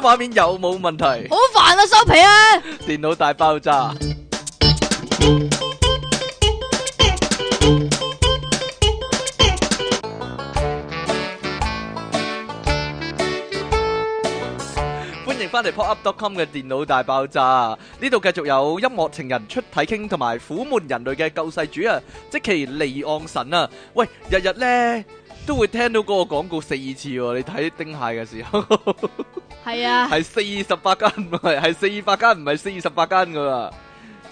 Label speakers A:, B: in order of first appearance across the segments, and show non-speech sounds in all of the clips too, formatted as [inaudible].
A: 畫面有冇問題？
B: 好煩啊，收皮啊！
A: 電腦大爆炸。歡迎翻嚟 popup.com 嘅電腦大爆炸，呢度繼續有音樂情人出體傾同埋苦悶人類嘅救世主啊，即其離岸神啊！喂，日日呢都會聽到嗰個廣告四次喎，你睇丁蟹嘅時候。
B: 係啊，
A: 系四十八間，唔係係四百間，唔係四十八間噶啦。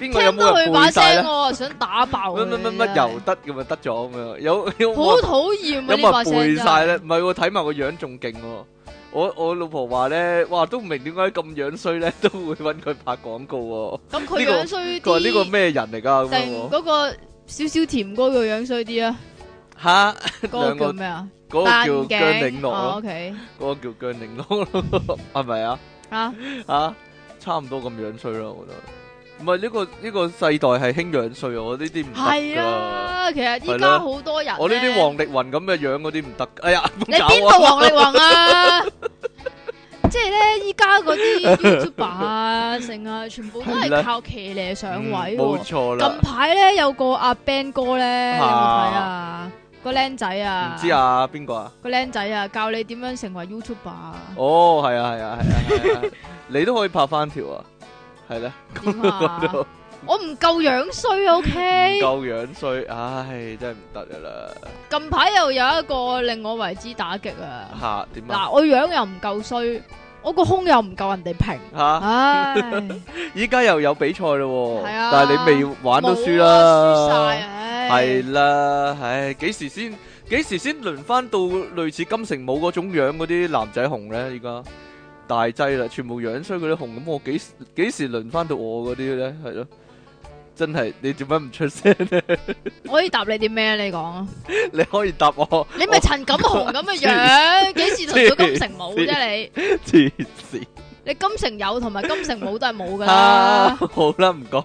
A: 邊 [laughs] 個有
B: 聽到
A: 冇
B: 佢
A: 人
B: 把
A: 背晒咧
B: 聲，？我啊想打爆
A: 乜
B: 佢。
A: 乜乜乜又得咁啊，得咗咁啊，有有
B: 好
A: 冇
B: 討厭啊！
A: 有
B: 呢
A: 冇
B: 把
A: 人
B: 聲
A: 背
B: 真
A: 晒咧？
B: 係
A: 唔係喎，睇埋個樣仲勁喎。我我老婆話咧，哇都唔明點解咁樣衰咧，都會揾佢拍廣告
B: 咁
A: 呢
B: 佢
A: 個
B: 樣衰
A: 喎。佢話呢個
B: 啲，
A: 咩人嚟㗎咁啊
B: 定
A: 樣喎？
B: 嗰個少少甜嗰個樣衰
A: [laughs]
B: 啲啊？
A: 嚇，
B: 嗰個
A: 兩個
B: 叫咩啊？
A: 嗰
B: 單
A: 個叫姜
B: 頸
A: 檸樂
B: 啊
A: 咯，
B: ，OK
A: 嗰個叫姜檸 [laughs] 樂咯，係咪啊？
B: 啊，
A: 啊，差唔多咁樣衰啦，我覺得。唔係呢個呢、個世代係興樣衰啊！我呢啲唔得
B: 係
A: 噶，
B: 啊，其實
A: 係
B: 依
A: 啦
B: 家好多人
A: 我呢啲
B: 咧
A: 王力宏咁嘅樣嗰啲唔得。哎呀，
B: 你
A: 搞
B: 邊
A: 啊
B: 度王力宏
A: [laughs]
B: 啊？即系咧，依家嗰啲 YouTuber 啊，成啊，全部都
A: 係啦
B: 係靠騎呢上位
A: 嗯冇、
B: 喎。
A: 錯啦
B: 近。排咧有個阿 Ben 哥咧，你有冇睇
A: 啊
B: 啊？個僆仔
A: 唔
B: 啊，
A: 知啊，邊個啊？
B: 個僆仔啊，教你點樣成為
A: [laughs]
B: YouTuber 啊
A: 哦，係啊，係啊，係啊係
B: [laughs]
A: 啊，係啊你都可以拍翻條啊，係啦，
B: 點
A: 嗰
B: 啊哎
A: 度唔
B: 我唔夠樣衰，OK。
A: 夠樣衰，唉，真係唔得噶啦
B: 近排又有一個令我為之打擊啊！
A: [laughs] 吓點啊？
B: 嗱，我樣又唔夠衰，我個胸又唔夠人哋
A: [laughs]
B: 平，
A: 吓，
B: 唉，
A: 依家又有比賽咯喎，
B: 係啊
A: 但係你未玩到輸
B: 冇啊
A: 啦，
B: 輸晒，唉
A: 系啦，唉，幾時先幾時先輪翻到類似金城武嗰種樣嗰啲男仔紅咧？而家大劑啦，全部樣衰嗰啲紅，咁我幾時幾時輪翻到我嗰啲咧？係咯，真係你點解唔出聲咧？
B: 我可以答你啲咩？你講啊！
A: [laughs] 你可以答 [laughs] 我
B: 你咪陳錦雄咁嘅樣，幾時輪到金城武
A: 黐
B: 啫？你
A: 黐線
B: 你金城有同埋金城武都係冇噶
A: 啊！
B: 啦，
A: [laughs] 好啦，唔該。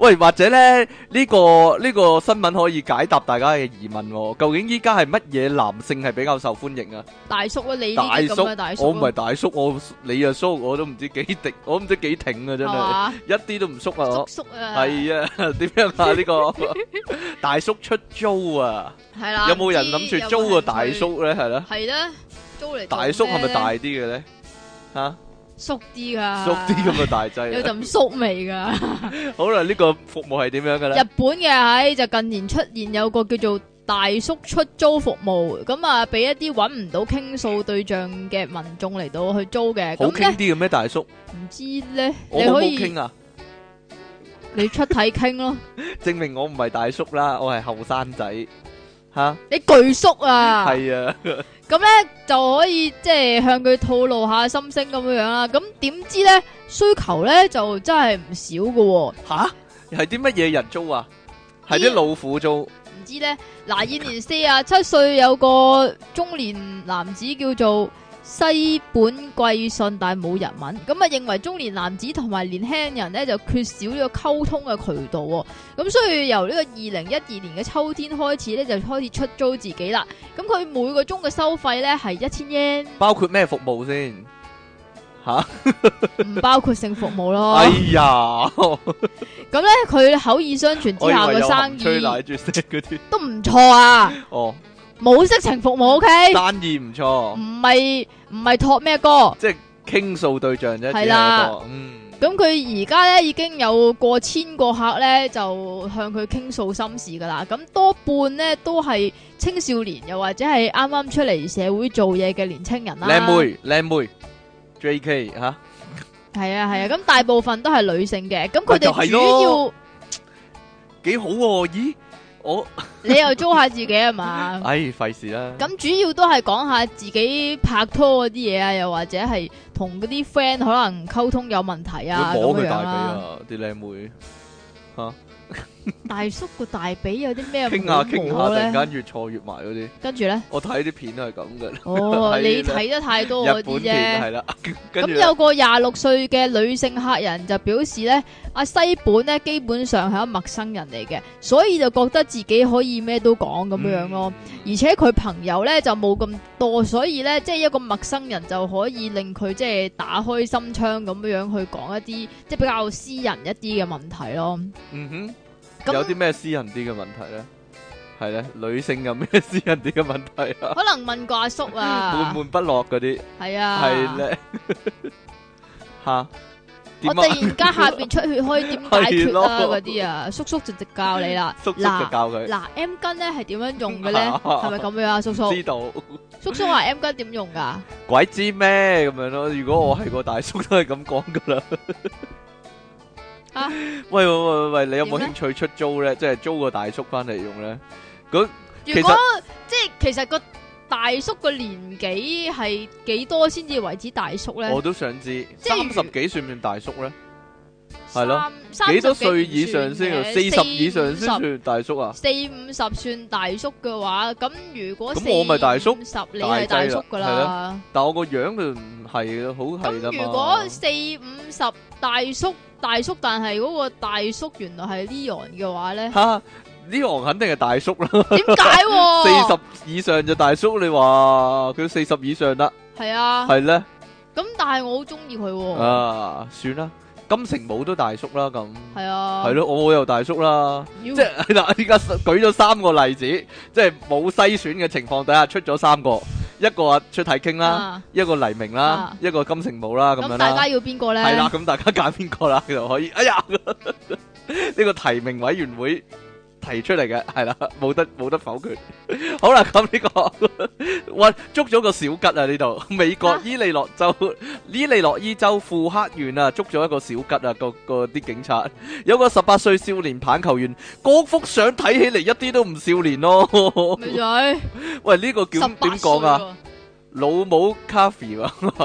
A: 喂，或者咧呢、個呢、個新聞可以解答大家嘅疑問喎、究竟依家係乜嘢男性係比較受歡迎啊？
B: 大叔啊，你呢
A: 大
B: 啲咁
A: 叔
B: 嘅大，
A: 我
B: 叔
A: 唔係
B: 咯，
A: 大叔，我你啊叔，我都唔知幾
B: [laughs]
A: 滴，我唔知幾挺啊，真
B: 係
A: 係
B: 嘛？
A: 一啲都唔縮啊
B: 叔！叔啊，
A: 我係啊， [laughs] 點樣啊？
B: [laughs]
A: 呢個大叔出租啊，
B: 係啦。
A: 有冇人
B: 唔知
A: 諗住
B: 有
A: 租
B: 冇
A: 個
B: 人
A: 大
B: 去？
A: 叔咧？係啦，
B: 係咧，租嚟做
A: 大叔係咪
B: 咩
A: 大啲嘅咧？吓，
B: 叔啲噶？
A: 縮啲咁嘅大劑
B: 有
A: 啊。
B: 陣叔味
A: [laughs]
B: 噶。
A: 好啦，呢個服務係點樣嘅
B: 日
A: 咧？
B: 本嘅喺就近年出現有個叫做大叔出租服務，咁啊俾一啲揾唔到傾訴對象嘅民眾嚟到去租嘅，
A: 好
B: 咁
A: 傾
B: 咧
A: 啲嘅咩？大叔，
B: 唔知咧，
A: 我
B: 你
A: 好唔好
B: 可以
A: 傾啊？
B: 你出體傾咯，
A: 證明我唔係大叔啦，我係後生仔吓，
B: 你巨叔啊，
A: [laughs] 係啊，
B: 咁咧就可以即係向佢透露下心聲咁樣樣啦。咁點知咧需求咧就真係唔少噶、喎。
A: 吓係啲乜嘢人租啊？係啲
B: 啲
A: 老虎租。
B: 唔知咧，嗱，現年四啊七歲有個中年男子叫做西本貴信，但係冇日文，咁啊認為中年男子同埋年輕人咧就缺少呢個溝通嘅渠道、喎。咁所以由呢個二零一二年嘅秋天開始咧就開始出租自己啦。咁佢每個鐘嘅收費咧係一千 yen，
A: 包括咩服務先？吓，
B: 唔包括性服務咯。
A: 哎
B: [laughs]
A: 呀，
B: 咁咧佢口耳相傳
A: 我
B: 之
A: 以
B: 下
A: 為
B: 嘅
A: 有
B: 生
A: 含吹
B: 意
A: 奶住食嗰
B: [laughs]
A: 啲，
B: 都唔錯啊，
A: 哦，
B: 冇色情服務 OK，
A: [laughs] 生意唔錯
B: 唔，係唔係托咩歌。
A: 傾訴對象啫，
B: 係
A: 只
B: 啦
A: 係一個，嗯，
B: 咁佢而家咧已經有過千個客咧，就向佢傾訴心事噶啦。咁多半咧都係青少年，又或者係啱啱出嚟社會做嘢嘅年青人啦。
A: 靚妹，靚妹，J.K. 吓，
B: 係啊係啊，咁大部分都係女性嘅。咁佢哋
A: 咪就係
B: 主
A: 咯
B: 要
A: 幾好喎？咦，我，
B: 你又租下自己啊嘛？
A: 唉，費事啦，
B: 咁主要都係講下自己拍拖嗰啲嘢啊，又或者係同嗰啲 friend 可能溝通有問題啊
A: 會摸
B: 咁
A: 佢
B: 樣
A: 大
B: 啦。
A: 髀啊，啲靚妹，
B: 大叔個大髀有啲咩啊
A: 傾下傾下，突然
B: 咧？
A: 間越錯越埋嗰啲。
B: 跟住咧，
A: 我睇啲片都係咁嘅，[laughs]
B: 哦，
A: 係
B: 你
A: 啦
B: 睇得太多嗰
A: 日
B: 啲
A: 本
B: 啫
A: 片。係啦。跟住
B: 咁
A: 呢
B: 有個廿六歲嘅女性客人就表示呢，阿西本呢基本上係一個陌生人嚟嘅，所以就覺得自己可以咩都講咁樣咯。而且佢朋友呢就冇咁多，所以呢，即係一個陌生人就可以令佢即係打開心窗咁樣去講一啲即係比較私人一啲嘅問題咯。
A: 嗯哼，有
B: 咁
A: 啲咩私人啲嘅問題咧？係咧，女性有咩私人啲嘅問題啊？
B: 可能問過阿叔啊，
A: 悶悶不樂嗰啲
B: 係啊，
A: 係
B: [laughs]
A: 咧，吓點
B: 我突
A: 啊？
B: 然間下邊出血可以點解
A: 係
B: 決
A: 咯
B: 啦嗰啲啊，叔叔就直教你啦。
A: 叔叔就
B: 嗱
A: 教佢
B: 嗱，M 巾咧係點樣用嘅咧？
A: [laughs]
B: 係咪咁樣啊，叔叔？
A: 知道，
B: 叔叔話 M 巾點用噶？
A: 鬼知咩咁樣咯？如果我係個大叔都係咁講噶啦
B: 啊。
A: [laughs] 喂喂喂喂，你有冇
B: 點咧
A: 興趣出租咧？即係租個大叔翻嚟用咧？咁其
B: 如
A: 實
B: 果即係其實個大叔個年紀係幾多先至為之大叔咧
A: 我？都想知，
B: 即係
A: 三
B: 如
A: 十幾算唔算大叔咧？係
B: 三
A: 咯，
B: 三十
A: 幾多
B: 歲
A: 歲以上先啊？
B: 算嘅
A: 四十以上先。
B: 四五十
A: 算大叔啊？
B: 四五十算大叔嘅話，咁如果
A: 咁我咪大叔
B: 四五十你係大叔噶
A: 大劑
B: 啦。
A: 但我個樣就唔係啦，好
B: 咁
A: 係啦嘛。，
B: 如果四五十大叔大叔，但係嗰個大叔原來係 Leon 嘅話
A: [laughs]
B: 咧
A: 吓呢行肯定係大叔啦，
B: 點解喎？
A: 四十以上就大叔，你話佢四十以上啦，
B: 係啊，
A: 係咧
B: 咁但係我好中意佢喎，
A: 啊，算啦，金城武都大叔啦咁。
B: 係啊，
A: 係咯，我又大叔啦，
B: 妖，
A: 即係 [laughs] 嗱，依家舉咗三個例子，即係冇篩選嘅情況底下出咗三個，一個啊出體傾啦，
B: 啊
A: 一個黎明啦
B: 啊，
A: 一個金城武啦，咁樣
B: 咁大
A: 啦
B: 家，要邊個咧？
A: 係啦，咁大家揀邊個啦，就可以。哎呀， [laughs] 呢個提名委員會提出嚟嘅，係啦，冇得冇得否決。 [laughs] 好啦，咁呢個 [laughs] 哇捉咗個小吉啊！呢度 [laughs] 美國
B: 啊
A: 伊利諾州伊利諾伊州富克縣啊，捉咗一個小吉啊！個個啲警察有個十八歲少年棒球員，嗰幅相睇起嚟一啲都唔少年咯。
B: 咪就係
A: [laughs] 喂，呢個叫
B: 十八
A: 點講啊？
B: 歲喎？
A: 老母 coffee
B: [laughs]
A: 啊， [laughs]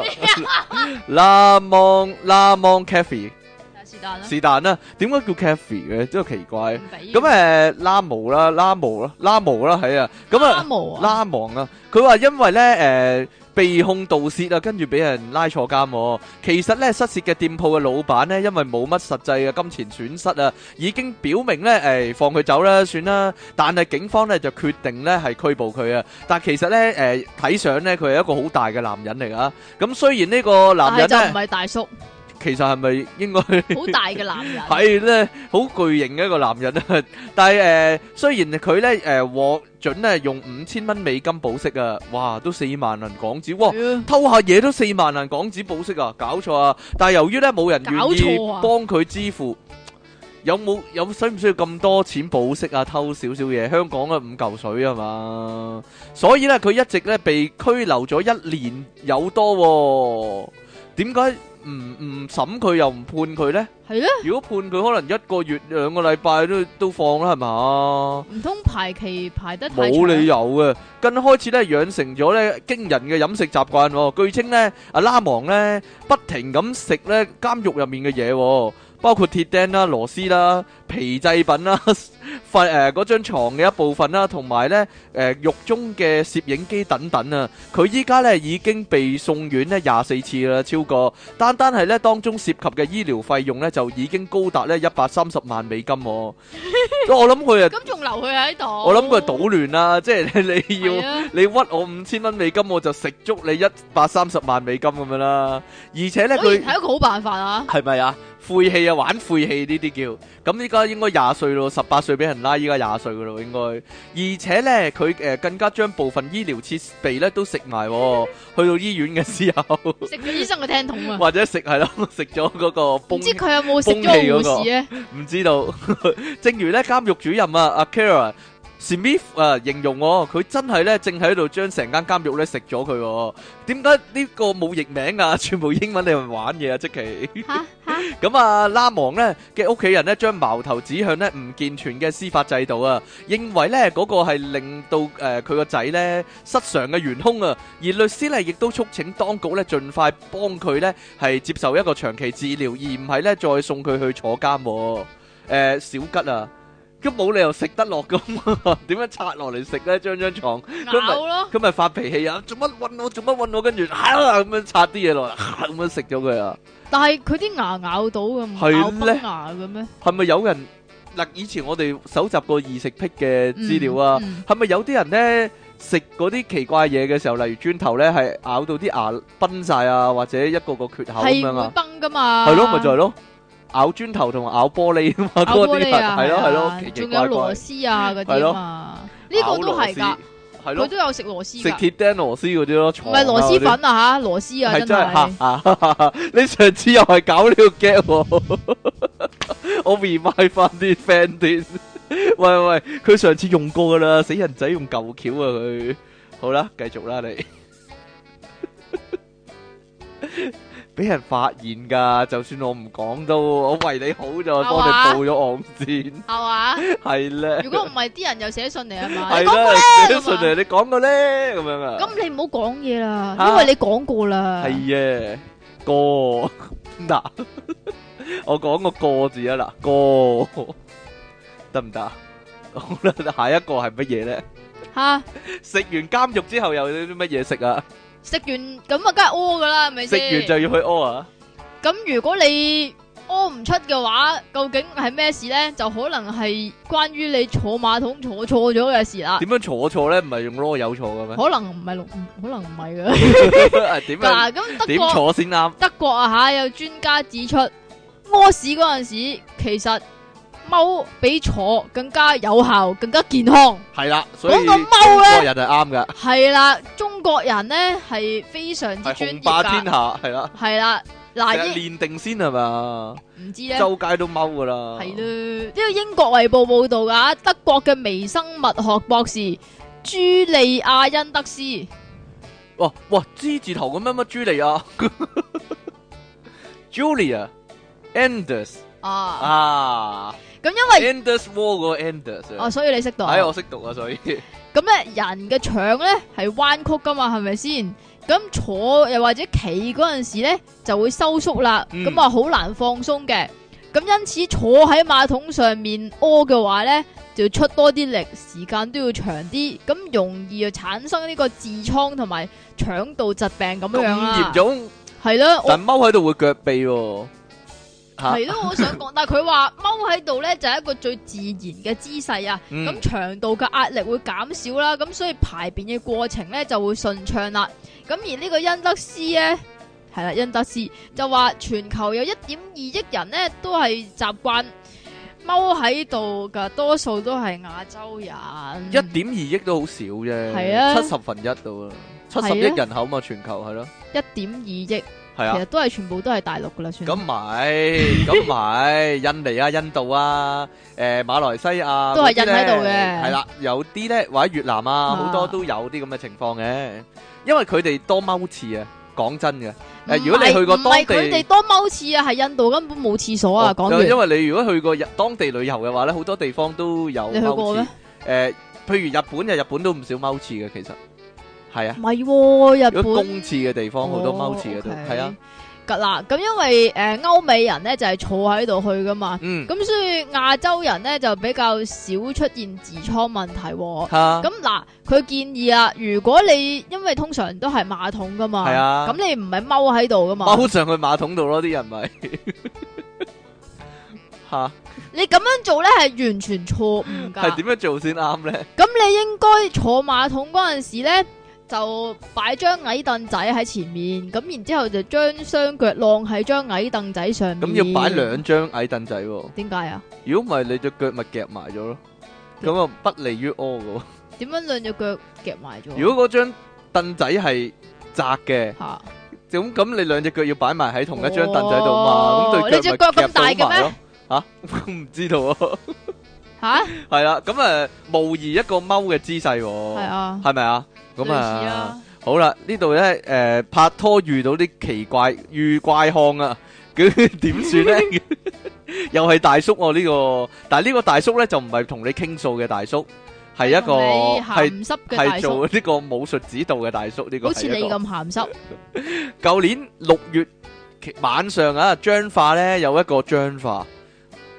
A: 拉芒拉芒 coffee
B: 是但啦，
A: 是但啦，點解叫 coffee 嘅？真係奇怪。
B: 唔俾
A: 咁誒拉毛啦，拉毛啦，拉毛啦，係啊。咁
B: 拉
A: 啊
B: 毛啊，
A: 拉芒啊，佢話因為咧誒被控盜竊啊，跟住俾人拉坐監喎。其實咧失竊嘅店鋪嘅老闆咧，因為冇乜實際嘅金錢損失啊，已經表明咧誒放佢走啦，算啦。但係警方咧就決定咧係拘捕佢啊。但其實咧誒睇相咧，佢係一個好大嘅男人嚟噶。咁雖然呢個男
B: 但
A: 人
B: 係就唔
A: 咧，
B: 係大叔，好
A: 其實係咪應該？
B: 大嘅男人，
A: 係咧，好巨型嘅一個男人啊！ [laughs] 但係誒、呃雖然佢咧誒獲准咧用五千蚊美金保釋啊，哇，都四萬銀港紙，哇！
B: 妖
A: 偷下嘢都四萬銀港紙保釋啊，搞錯啊！但係由於咧冇人願
B: 搞
A: 意
B: 錯啊
A: 幫佢支付，有冇有需唔需要咁多錢保釋啊？偷少少嘢，香港啊五嚿水啊嘛，所以咧佢一直咧被拘留咗一年有多、喎。點解唔唔審佢又唔判佢呢？
B: 係咧，
A: 如果判佢可能一個月兩個禮拜都都放啦，係嘛？
B: 唔通排期排得太長
A: 冇理由嘅，更開始咧養成咗咧驚人嘅飲食習慣喎。據稱咧，阿拉芒咧不停咁食咧監獄入面嘅嘢喎，包括鐵釘啦、螺絲啦、皮製品啦、 [laughs] 瞓誒嗰張床嘅一部分啦，同埋咧誒獄中嘅攝影機等等啊。佢依家咧已經被送院咧廿四次啦，超過。單單係咧當中涉及嘅醫療費用咧，就已經高達咧一百三十萬美金、喎。
B: [laughs]
A: 我諗佢啊，
B: 咁仲留佢喺度，
A: 我諗佢係搗亂啦，即係你要
B: 係啊
A: 你屈我五千蚊美金，我就食足你一百三十萬美金咁樣啦。而且咧
B: 果
A: 佢
B: 然係一個好辦法啊，
A: 係咪啊？晦氣啊，玩晦氣呢啲叫。咁依家應該廿歲咯，十八歲俾人拉，依家廿歲噶咯應該。而且咧，佢誒、呃更加將部分醫療設備咧都食埋、喎，去到醫院嘅時候，
B: 食咗醫生嘅聽筒啊，
A: 或者食係咯，食咗嗰個
B: 唔
A: 泵
B: 知佢有冇食咗個護士咧？
A: 唔知道， [laughs] 正如咧監獄主任啊，阿 Kara Smith 啊形容我，佢真係咧正喺度將成間監獄咧食咗佢喎。點解呢個冇譯名啊？ [laughs] 全部英文你係咪玩嘢啊？即奇。
B: 吓吓，
A: [laughs] 咁啊，拉芒咧嘅屋企人咧，將矛頭指向咧唔健全嘅司法制度啊，認為咧嗰個係令到誒佢個仔咧失常嘅元兇啊，而律師咧亦都促請當局咧盡快幫佢咧係接受一個長期治療，而唔係咧再送佢去坐監喎。誒小吉啊，咁冇理由食得落噶嘛？點樣拆落嚟食咧？張張床，佢咪
B: 咬咯，
A: 佢咪發脾氣啊！做乜揾我？做乜揾我？跟住啊咁樣拆啲嘢落嚟，啊咁樣食咗佢啊！
B: 但係佢啲牙咬到嘅，唔
A: 係
B: 咬崩
A: 咧
B: 牙嘅咩？
A: 係咪有人嗱？以前我哋搜集過異食癖嘅
B: Ừ,
A: 資料啊，
B: 嗯，
A: 係咪有啲人咧食嗰啲奇怪嘢嘅時候，例如磚頭咧係咬到啲牙崩晒啊，或者一個個缺口咁
B: 係
A: 樣
B: 會
A: 啊？
B: 崩噶嘛？
A: 係咯，咪就係咯，咬磚頭同埋咬玻璃啊嘛，
B: 啊咬
A: 嗰啲
B: 玻
A: 人
B: 璃啊，
A: 係咯係
B: 啊
A: 咯，奇奇
B: 仲有
A: 怪怪
B: 螺。絲啊嗰
A: 係
B: 啲啊
A: 咯
B: 嘛，呢個都係㗎，，
A: 係
B: 佢
A: 咯，
B: 都有食螺絲
A: 食
B: 㗎，
A: 鐵釘螺絲嗰啲咯，
B: 唔係螺絲粉啊吓，螺絲啊
A: 係
B: 真
A: 真係
B: 係。
A: [laughs] 嚇你上次又係搞呢個 [laughs] get 喎，我 remind 翻啲 friend [laughs] 啲。喂喂，佢上次用過噶啦，死人仔用舊橋啊佢。好啦，繼續啦 [laughs] 你。俾人發現㗎，就算我唔講都，我為你好就
B: 係嘛
A: 幫你報咗案先，[laughs]
B: 係嘛？
A: 係咧。
B: 如果唔係，啲人又寫信嚟啊嘛。
A: 係
B: 你講
A: 啦
B: 過，
A: 寫
B: 咧，
A: 信
B: 咁
A: 嚟
B: 啊
A: 你講過咧，咁樣啊。
B: 咁你唔好講嘢啦，
A: 嚇
B: 因為你講過啦。
A: 係啊，個 [laughs] 嗱，我講個個字啊嗱，個 [laughs] 得唔得啊？ [laughs] 好啦，下一個係乜嘢咧？
B: 吓
A: 食完監獄之後有啲乜嘢食啊？
B: 食完咁啊，梗係屙噶啦，係咪
A: 食
B: 先？
A: 完就要去屙啊？
B: 咁如果你屙唔出嘅話，究竟係咩事咧？就可能係關於你坐馬桶坐錯咗嘅事啦。
A: 點樣坐錯咧？唔係用囉柚坐嘅 [laughs] 咩？
B: 可能唔係龍，可能唔係嘅。
A: 點樣
B: 嗱，咁德
A: 點
B: 國
A: 坐先啱？
B: 德國啊吓，有專家指出，屙屎嗰陣時其實踎比坐更加有效，更加健康。
A: 係啦，所以
B: 講到
A: 中
B: 踎
A: 國
B: 咧，
A: 人係啱噶，
B: 係啦，中國人咧係非常之
A: 係
B: 專
A: 雄
B: 業
A: 霸天
B: 噶，
A: 下，係啦，
B: 係啦，
A: 成日
B: 嗱英
A: 練定先係嘛？
B: 唔知咧。
A: 周街都踎噶啦，
B: 系咯，呢個英國衛報報道噶，德國嘅微生物學博士朱利亞恩德斯
A: 哇哇，之字頭咁乜乜朱莉啊 [laughs] ，Julia Anders
B: 啊，
A: 啊
B: 咁因為
A: ，Anders Wall 嗰個 Anders
B: 啊，
A: 啊，
B: 所以你識讀，
A: 哎我識讀啊，所以
B: 咁咧人嘅腸咧係彎曲噶嘛，係咪先？咁坐又或者企嗰陣時咧就會收縮啦，
A: 嗯
B: 咁啊好難放鬆嘅。咁因此坐喺馬桶上面屙嘅話咧，就要出多啲力，時間都要長啲，咁容易就產生呢個痔瘡同埋腸道疾病咁
A: 咁
B: 樣樣啦
A: 嚴。重，
B: 係咯，我
A: 但踎喺度會腳痹喎，嚇
B: 係咯，我想講，但係佢話踎喺度咧就係一個最自然嘅姿勢啊，
A: 嗯
B: 咁腸道嘅壓力會減少啦，咁所以排便嘅過程咧就會順暢啦。咁而呢個恩德斯咧，係啦，恩德斯就話全球有一點二億人咧都係習慣踎喺度噶，多數都係亞洲人。
A: 一點二億都好少啫，
B: 係啊
A: 七十分一到啦，七十
B: 係啊
A: 億人口嘛，全球係咯，
B: 一點二億，其
A: 係啊
B: 實。都係全部都係大陸噶啦，算。
A: 咁咪，咁咪，印尼啊、印度啊、誒馬來西亞
B: 都係
A: 嗰啲
B: 印喺度
A: 呢
B: 嘅
A: 係啦，有啲咧或者越南啊，
B: 啊
A: 好多都有啲咁嘅情況嘅，因為佢哋多踎廁啊。講真嘅，誒如果你去過
B: 唔
A: 當
B: 係
A: 地
B: 佢哋多踎廁啊，係印度根本冇廁所啊。講
A: 我因
B: 完，
A: 為你如果去過日當地旅遊嘅話咧，好多地方都有踎
B: 你去
A: 廁
B: 過咩。
A: 誒，譬如日本就日本都唔少踎廁嘅，其實係啊，
B: 唔係喎，日
A: 如
B: 本
A: 果公廁嘅地方好多踎
B: 哦
A: 廁嘅都
B: OK
A: 係啊，
B: 㗎啦，咁因為誒歐美人咧就係坐喺度去噶嘛，
A: 嗯，
B: 咁所以亞洲人咧就比較少出現痔瘡問題喎。
A: 嚇，
B: 咁嗱，佢建議啊，如果你因為通常都係馬桶噶嘛，
A: 係啊
B: 咁你唔係踎喺度噶嘛，
A: 踎上去馬桶度咯，啲人
B: [laughs]
A: 咪嚇。
B: 你咁樣做咧係完全錯誤㗎。
A: 係點樣做先啱咧？
B: 咁你應該坐馬桶嗰陣時咧，就擺張矮凳仔喺前面，咁然之後就將雙腳晾喺張矮凳仔上面。
A: 咁要擺兩張矮凳仔喎，
B: 點解啊？
A: 如果唔係你只腳咪夾埋咗咯，咁啊不利於屙
B: 哦
A: 嘅喎。
B: 點樣兩隻腳夾埋咗？
A: 如果嗰張凳仔係窄嘅，
B: 吓
A: 咁咁你兩隻腳要擺埋喺同一張凳仔度嘛，咁
B: 哦
A: 對腳咪夾到
B: 你隻腳咁大
A: 埋
B: 嘅
A: 咯。吓， [laughs] 唔知道啊，
B: 吓
A: 係啦，咁誒模擬一個踎嘅姿勢
B: 係
A: 喎，
B: 啊，
A: 係咪啊？咁
B: 類似
A: 啊
B: 啊。，
A: 好啦，呢度咧誒拍拖遇到啲奇怪遇怪漢啊， [laughs] 佢點算咧？ [laughs] 又係大叔喎、呢、個，但係呢個大叔咧就唔係同你傾訴嘅大叔，係一個係
B: 咸濕嘅大
A: 係做
B: 叔，
A: 呢個武術指導嘅大叔。呢、個
B: 好似
A: 係
B: 你
A: 一個。
B: 咁咸濕，
A: 舊年六月晚上啊，彰化咧有一個彰化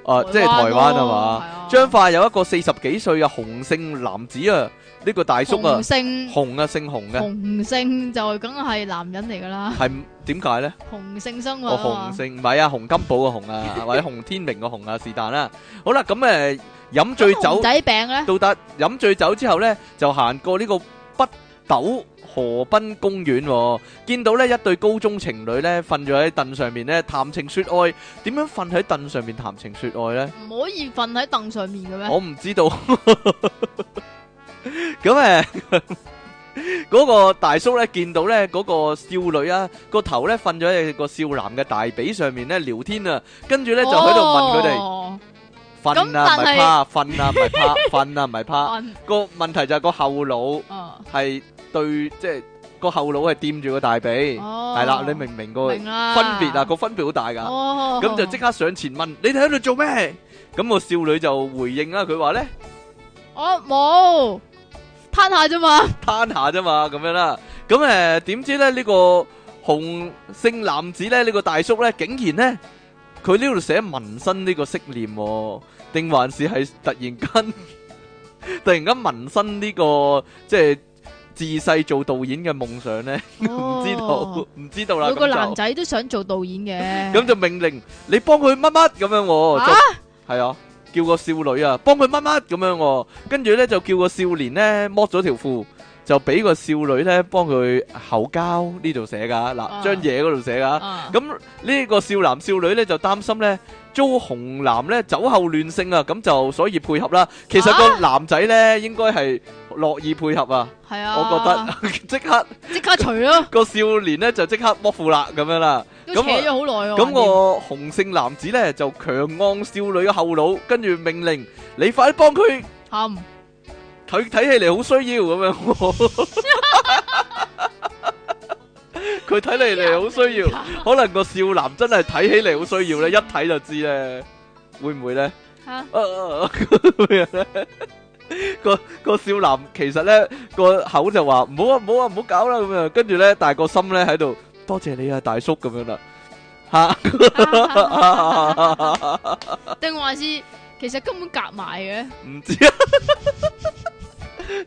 A: 啊即係台灣係嘛
B: 嘛
A: 將快有一個四十幾歲嘅雄性男子啊，呢個大叔啊
B: 雄，性
A: 紅啊，姓紅嘅，
B: 雄性就梗係男人嚟㗎啦，
A: 係點解呢？
B: 雄性生活
A: 我
B: 啊嘛
A: 紅姓唔係啊，洪金寶嘅紅啊，或者洪天明嘅紅啊，是但啦。好啦，咁誒飲醉
B: 咁熊
A: 酒。
B: 仔餅咧，
A: 到達飲醉酒之後呢，就行過呢個北斗河濱公園、喎，見到呢一對高中情侶呢瞓咗喺凳上面呢談情説愛。點樣瞓喺凳上面談情説愛呢？
B: 唔可以瞓喺凳上面嘅咩？
A: 我唔知道。 [laughs] 咁誒， [laughs] 嗰個大叔呢見到呢嗰、個少女啊，個頭呢瞓咗喺個少男嘅大髀上面呢聊天啊，跟住呢就喺度問佢哋
B: 哦
A: 瞓啊，唔係趴，瞓啊，唔
B: [laughs]
A: 係趴，瞓啊，唔係趴。
B: 瞓
A: 個問題就係個後腦
B: 啊，
A: 係對，即係個後腦係掂住個大髀，係
B: 哦，
A: 啦，你明唔明個分
B: 明啦，
A: 別啊？個分別好大㗎，
B: 哦，
A: 咁就即刻上前問：你哋喺度做咩？咁個少女就回應啦，佢話咧
B: 我冇攤下啫嘛，
A: 攤下啫嘛，咁樣啦。咁誒點知咧呢個紅姓男子咧，呢個大叔咧，竟然咧佢呢度寫紋身呢個識念喎，定還是係突然間 [laughs] 突然間紋身呢個即係自細做導演嘅夢想咧？ [laughs] 唔
B: 唔
A: 知道，唔知道啦。
B: 每個
A: 咁就
B: 男仔都想做導演嘅，
A: 咁就命令你幫佢乜乜咁樣喎，
B: 啊
A: 就係啊，叫個少女啊幫佢乜乜咁樣喎，跟住咧就叫個少年咧剝咗條褲，就俾個少女咧幫佢口交呢度寫噶，嗱
B: 啊
A: 張嘢嗰度寫噶。
B: 啊
A: 咁呢個少男少女咧就擔心咧遭紅男咧酒後亂性啊，咁就所以配合啦。其實個
B: 啊
A: 男仔咧應該係樂意配合啊，
B: 係啊，
A: 我 [laughs] 覺得即刻
B: 得即刻除咯，
A: 個少年咧就即刻剝褲啦咁樣啦。[laughs] 咁
B: 都扯
A: 啊
B: 咗好耐喎。
A: 咁個雄性男子咧就強按少女嘅後腦，跟住命令你快啲幫佢
B: 含
A: 睇睇起嚟好需要咁樣。佢睇嚟嚟好
B: [laughs]
A: 需 [laughs] 要，可能個少男真係睇起嚟好需要咧，一睇就知咧，會唔會咧？
B: 嚇
A: 啊啊啊咁樣咧個 [laughs] 個少男其實咧個口就話唔好啊唔好啊唔好搞啦咁樣，跟住咧但係個心咧喺度多謝你啊大叔咁樣啦吓。
B: 定還是其實根本夾埋嘅？
A: [laughs] 唔知啊，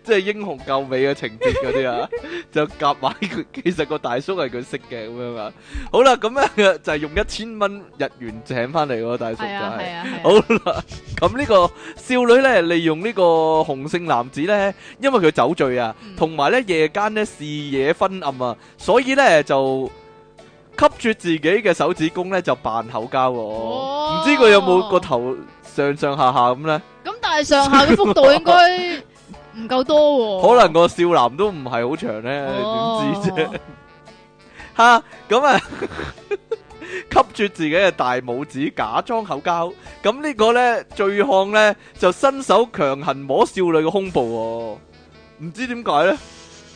A: 即係英雄救美嘅情節嗰啲啊， [laughs] 就夾埋佢。其實個大叔係佢識嘅咁樣啊。好啦，咁咧就係用一千蚊日元請翻嚟嗰個大叔就
B: 係啊係
A: 係。
B: 啊係
A: 好
B: 啊，
A: 啦，咁呢個少女咧，利用呢個雄性男子咧，因為佢酒醉啊，
B: 嗯
A: 同埋咧夜間咧視野昏暗啊，所以咧就吸住自己嘅手指公咧就扮口交喎。唔
B: 哦
A: 知佢有冇個頭上上下下咁咧？
B: 咁但係上下嘅幅度
A: [laughs]
B: 應該唔夠多
A: 可
B: 喎。
A: 能個少男都唔係好長咧，點知啫？ [laughs] 吓咁啊， [laughs] 吸住自己嘅大拇指，假裝口交。咁呢個咧醉漢咧就伸手強行摸少女嘅胸部喎，唔知點解咧？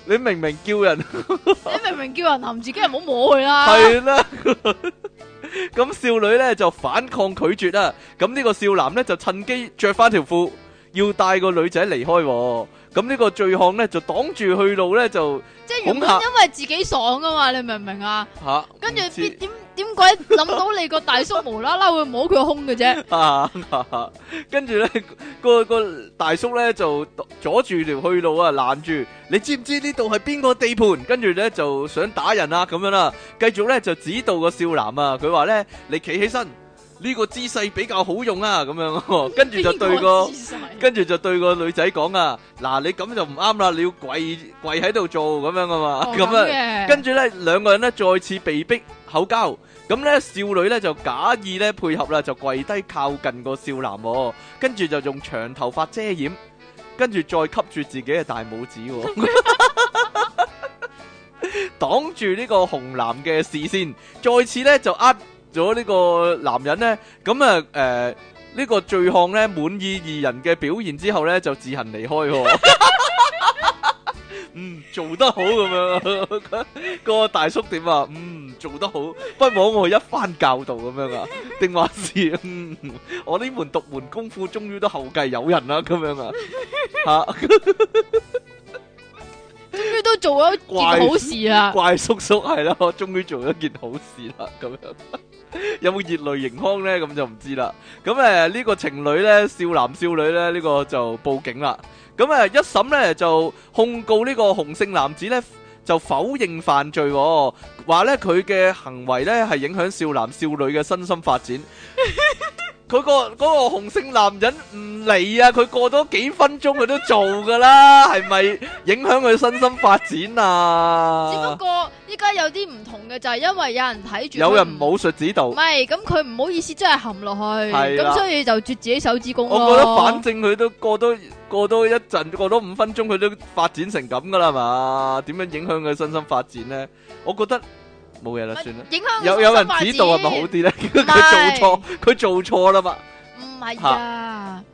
A: 你明明叫
B: [laughs]
A: 人
B: [laughs] 你明明叫人含自己，唔好摸佢啦。
A: 係啦。 [laughs] 咁少女咧就反抗拒絕啦。咁呢個少男咧就趁機着翻條褲，要帶個女仔離開喎。咁呢個醉漢咧就擋住去路咧就
B: 即係原
A: 恐
B: 本
A: 嚇
B: 因為自己爽啊嘛，你明唔明啊？
A: 吓，
B: 跟住
A: 唔知
B: 邊點點鬼諗到你個大叔無啦啦會摸佢個胸嘅啫？
A: 啊，跟住咧， [laughs] 個個大叔咧就阻住條去路啊，攔住，你知唔知呢度係邊個地盤？跟住咧就想打人啊，咁樣啦，繼續咧就指導個少男啊，佢話咧，你企起身，呢個姿勢比較好用啊，咁樣
B: [laughs]
A: 喎，跟住就對個
B: 邊。姿勢
A: 跟住就對個女仔講啊，嗱你咁就唔啱啦，你要跪跪喺度做咁樣噶嘛，
B: 哦
A: 咁啊。
B: 嘅
A: 跟住咧，兩個人咧再次被逼口交，咁咧少女咧就假意咧配合啦，就跪低靠近個少男、喎，跟住就用長頭髮遮掩，跟住再吸住自己嘅大拇指、喎， [laughs] 擋住呢個紅男嘅視線，再次咧就呃咗呢個男人咧，咁啊誒。呃呢個醉漢咧滿意二人嘅表現之後咧，就自行離開、喎。 [laughs] 嗯，做得好咁樣。 [laughs] 個大叔點啊？嗯，做得好，不枉我一番教導咁樣啊？定還是嗯，我呢門獨門功夫終於都後繼有人啦咁樣啊？吓，
B: 終於都做咗件好事啦。啊
A: [laughs] 怪叔叔係啦，我終於做咗件好事啦咁樣。 [laughs] 有冇熱淚盈眶咧？咁就唔知啦。咁誒呢個情侶咧，少男少女咧，呢、個就報警啦。咁誒一審咧就控告呢個洪姓男子咧就否認犯罪、喎，話咧佢嘅行為咧係影響少男少女嘅身心
B: [laughs]
A: 發展。佢個嗰個紅星男人唔嚟啊！佢過多幾分鐘佢都做噶啦，係咪影響佢身心發展
B: 只不
A: 啊？
B: 過依家有啲唔同嘅就係因為有人睇住，
A: 有人。武術指導
B: 唔，係，咁佢唔好意思真係含落去，
A: 係啦
B: 咁所以就啜自己手指公咯。
A: 我覺得反正佢都過多過多一陣，過多五分鐘佢都發展成咁噶啦嘛，點樣影響佢身心發展呢？我覺得冇嘢啦，算啦。
B: 影響
A: 有
B: 佢
A: 有人
B: 心發
A: 指導係咪好
B: 展 [laughs]
A: 啲呢？
B: 係
A: 佢做錯，佢做錯啦嘛。
B: 唔係啊，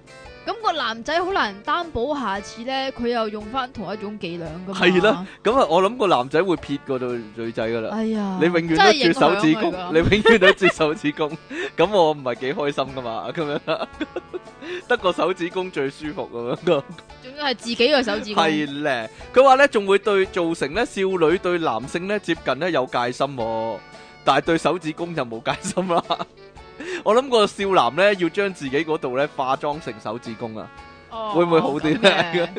B: 咁個男仔好難擔保下次咧，佢又用翻同一種伎倆噶嘛。
A: 係啦，咁啊，我諗個男仔會撇過對女仔噶啦。
B: 哎呀，
A: 你永遠
B: 真
A: 都
B: 係影
A: 啜手指公
B: 響佢，㗎
A: 你永遠都啜手指公，咁我唔係幾開心噶嘛，咁樣 [laughs] 啦，得個手指公最舒服咁樣個，
B: 仲要係自己嘅手指公。
A: 係咧。佢話咧仲會對造成咧少女對男性咧接近咧有戒心、喎，但係對手指公就冇戒心啦。 [laughs] 我諗個少男咧要將自己嗰度咧化妝成手指公啊！
B: 哦
A: 會唔會好啲
B: 咁嘅
A: 咧？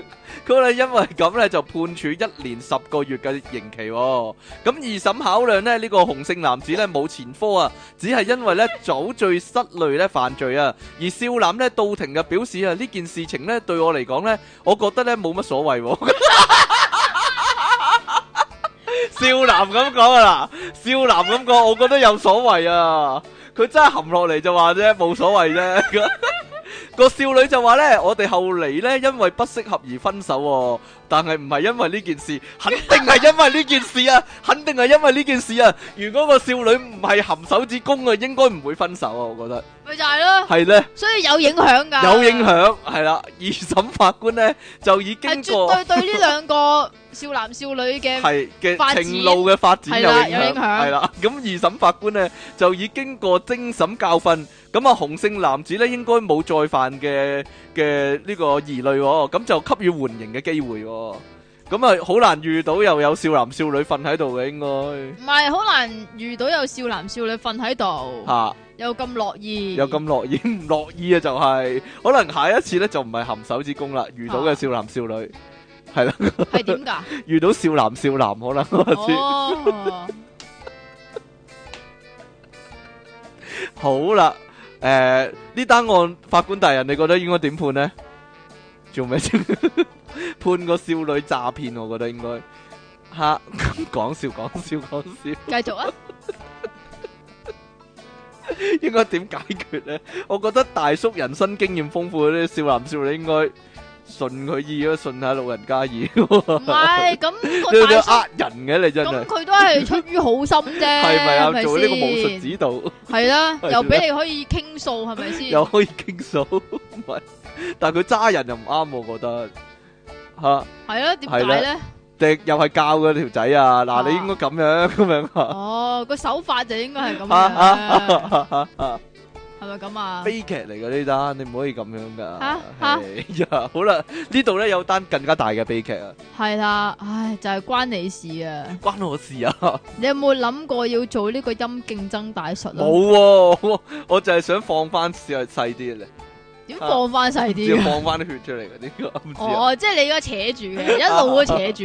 A: 佢咧因為咁咧就判處一年十個月嘅刑期、喎。咁二審考量咧呢、呢個洪姓男子咧冇前科啊，只係因為咧酒醉失淚咧犯罪啊。而少男咧到庭嘅表示啊，呢件事情咧對我嚟講咧，我覺得咧冇乜所謂、喎。少男咁講啊嗱，少男咁講，我覺得有所謂啊。佢真係含落嚟就話啫，冇所謂啫。個少女就話呢，我哋後嚟呢，因為不適合而分手、喎，但係唔係因為呢件事，肯定係因為呢件事啊， [laughs] 肯定係因為呢件事啊。如果個少女唔係含手指公啊，應該唔會分手啊，我覺得
B: 咪就係咯，
A: 係呢，
B: 所以有影響㗎。
A: 有影，響係啦。二審法官呢，就已經
B: 係
A: 過
B: 啊絕對對呢兩個 [laughs] 少男少女嘅
A: 係
B: 發
A: 嘅
B: 展
A: 情路嘅發展有
B: 係啦
A: 影
B: 有
A: 響，
B: 影響
A: 係啦。咁二審法官呢，就已經過精審教訓，咁啊洪姓男子呢，應該冇再犯嘅嘅呢個疑慮、喎，咁就給予緩刑嘅機會、喎。咁啊好難遇到又有少男少女瞓喺度嘅，應該
B: 唔係好難遇到有少男少女瞓喺度，
A: 嚇
B: 又咁樂意，
A: 又咁 [laughs] 樂意唔樂意啊、就係可能下一次呢，就唔係含手指公啦，遇到嘅
B: 啊
A: 少男少女係 [laughs] 啦，
B: [laughs] 係點㗎？
A: 遇到少男少男可能我知。
B: 哦，
A: [laughs] 好啦，诶、呢單案法官大人，你覺得應該點判呢？做咩啫？ [laughs] 判個少女詐騙，我覺得應該吓講笑講笑講笑，
B: 繼續啊！
A: 應該點解決呢？我覺得大叔人生經驗豐富嗰啲少男少女應該順佢意咯，順下老人家
B: [laughs]
A: 意。
B: 唔係咁
A: 你
B: 個
A: 你
B: 大叔，
A: 呃人嘅你真
B: 咁
A: 係，
B: 佢都係出於好心啫，
A: [laughs] 係咪
B: 係
A: 啊？
B: 咪
A: 做呢個武術
B: 先？
A: 指
B: [laughs]
A: 導。
B: 係啦，
A: 係啦
B: 又俾你可以傾訴，係咪先？
A: 又可以傾訴，唔係，但係佢揸人又唔啱，我覺得吓，
B: 係啦，點解
A: [laughs]
B: 咧？
A: 迪又係教嗰條仔啊，嗱，你應該咁樣咁樣啊
B: 哦，個手法就應該係咁
A: 啊
B: 樣，
A: 啊 [laughs] 啊啊，
B: 係咪咁啊？
A: 悲劇嚟嘅呢單，你唔可以咁樣
B: 啊
A: 噶。
B: 啊
A: 係呀，好啦，呢度咧有單更加大嘅悲劇啊，
B: 係啦，唉，就係關你事啊！
A: 關我事啊，
B: 你有冇諗過要做呢個陰競爭大術啊？
A: 冇 [laughs] 喎，我就係想放翻細細啲咧，
B: 點放翻細
A: 只要
B: 啲啊？
A: 放翻啲血出嚟嗰啲，我唔知啊。
B: 哦，即係你而家扯住
A: [laughs]
B: 嘅，一路都扯住，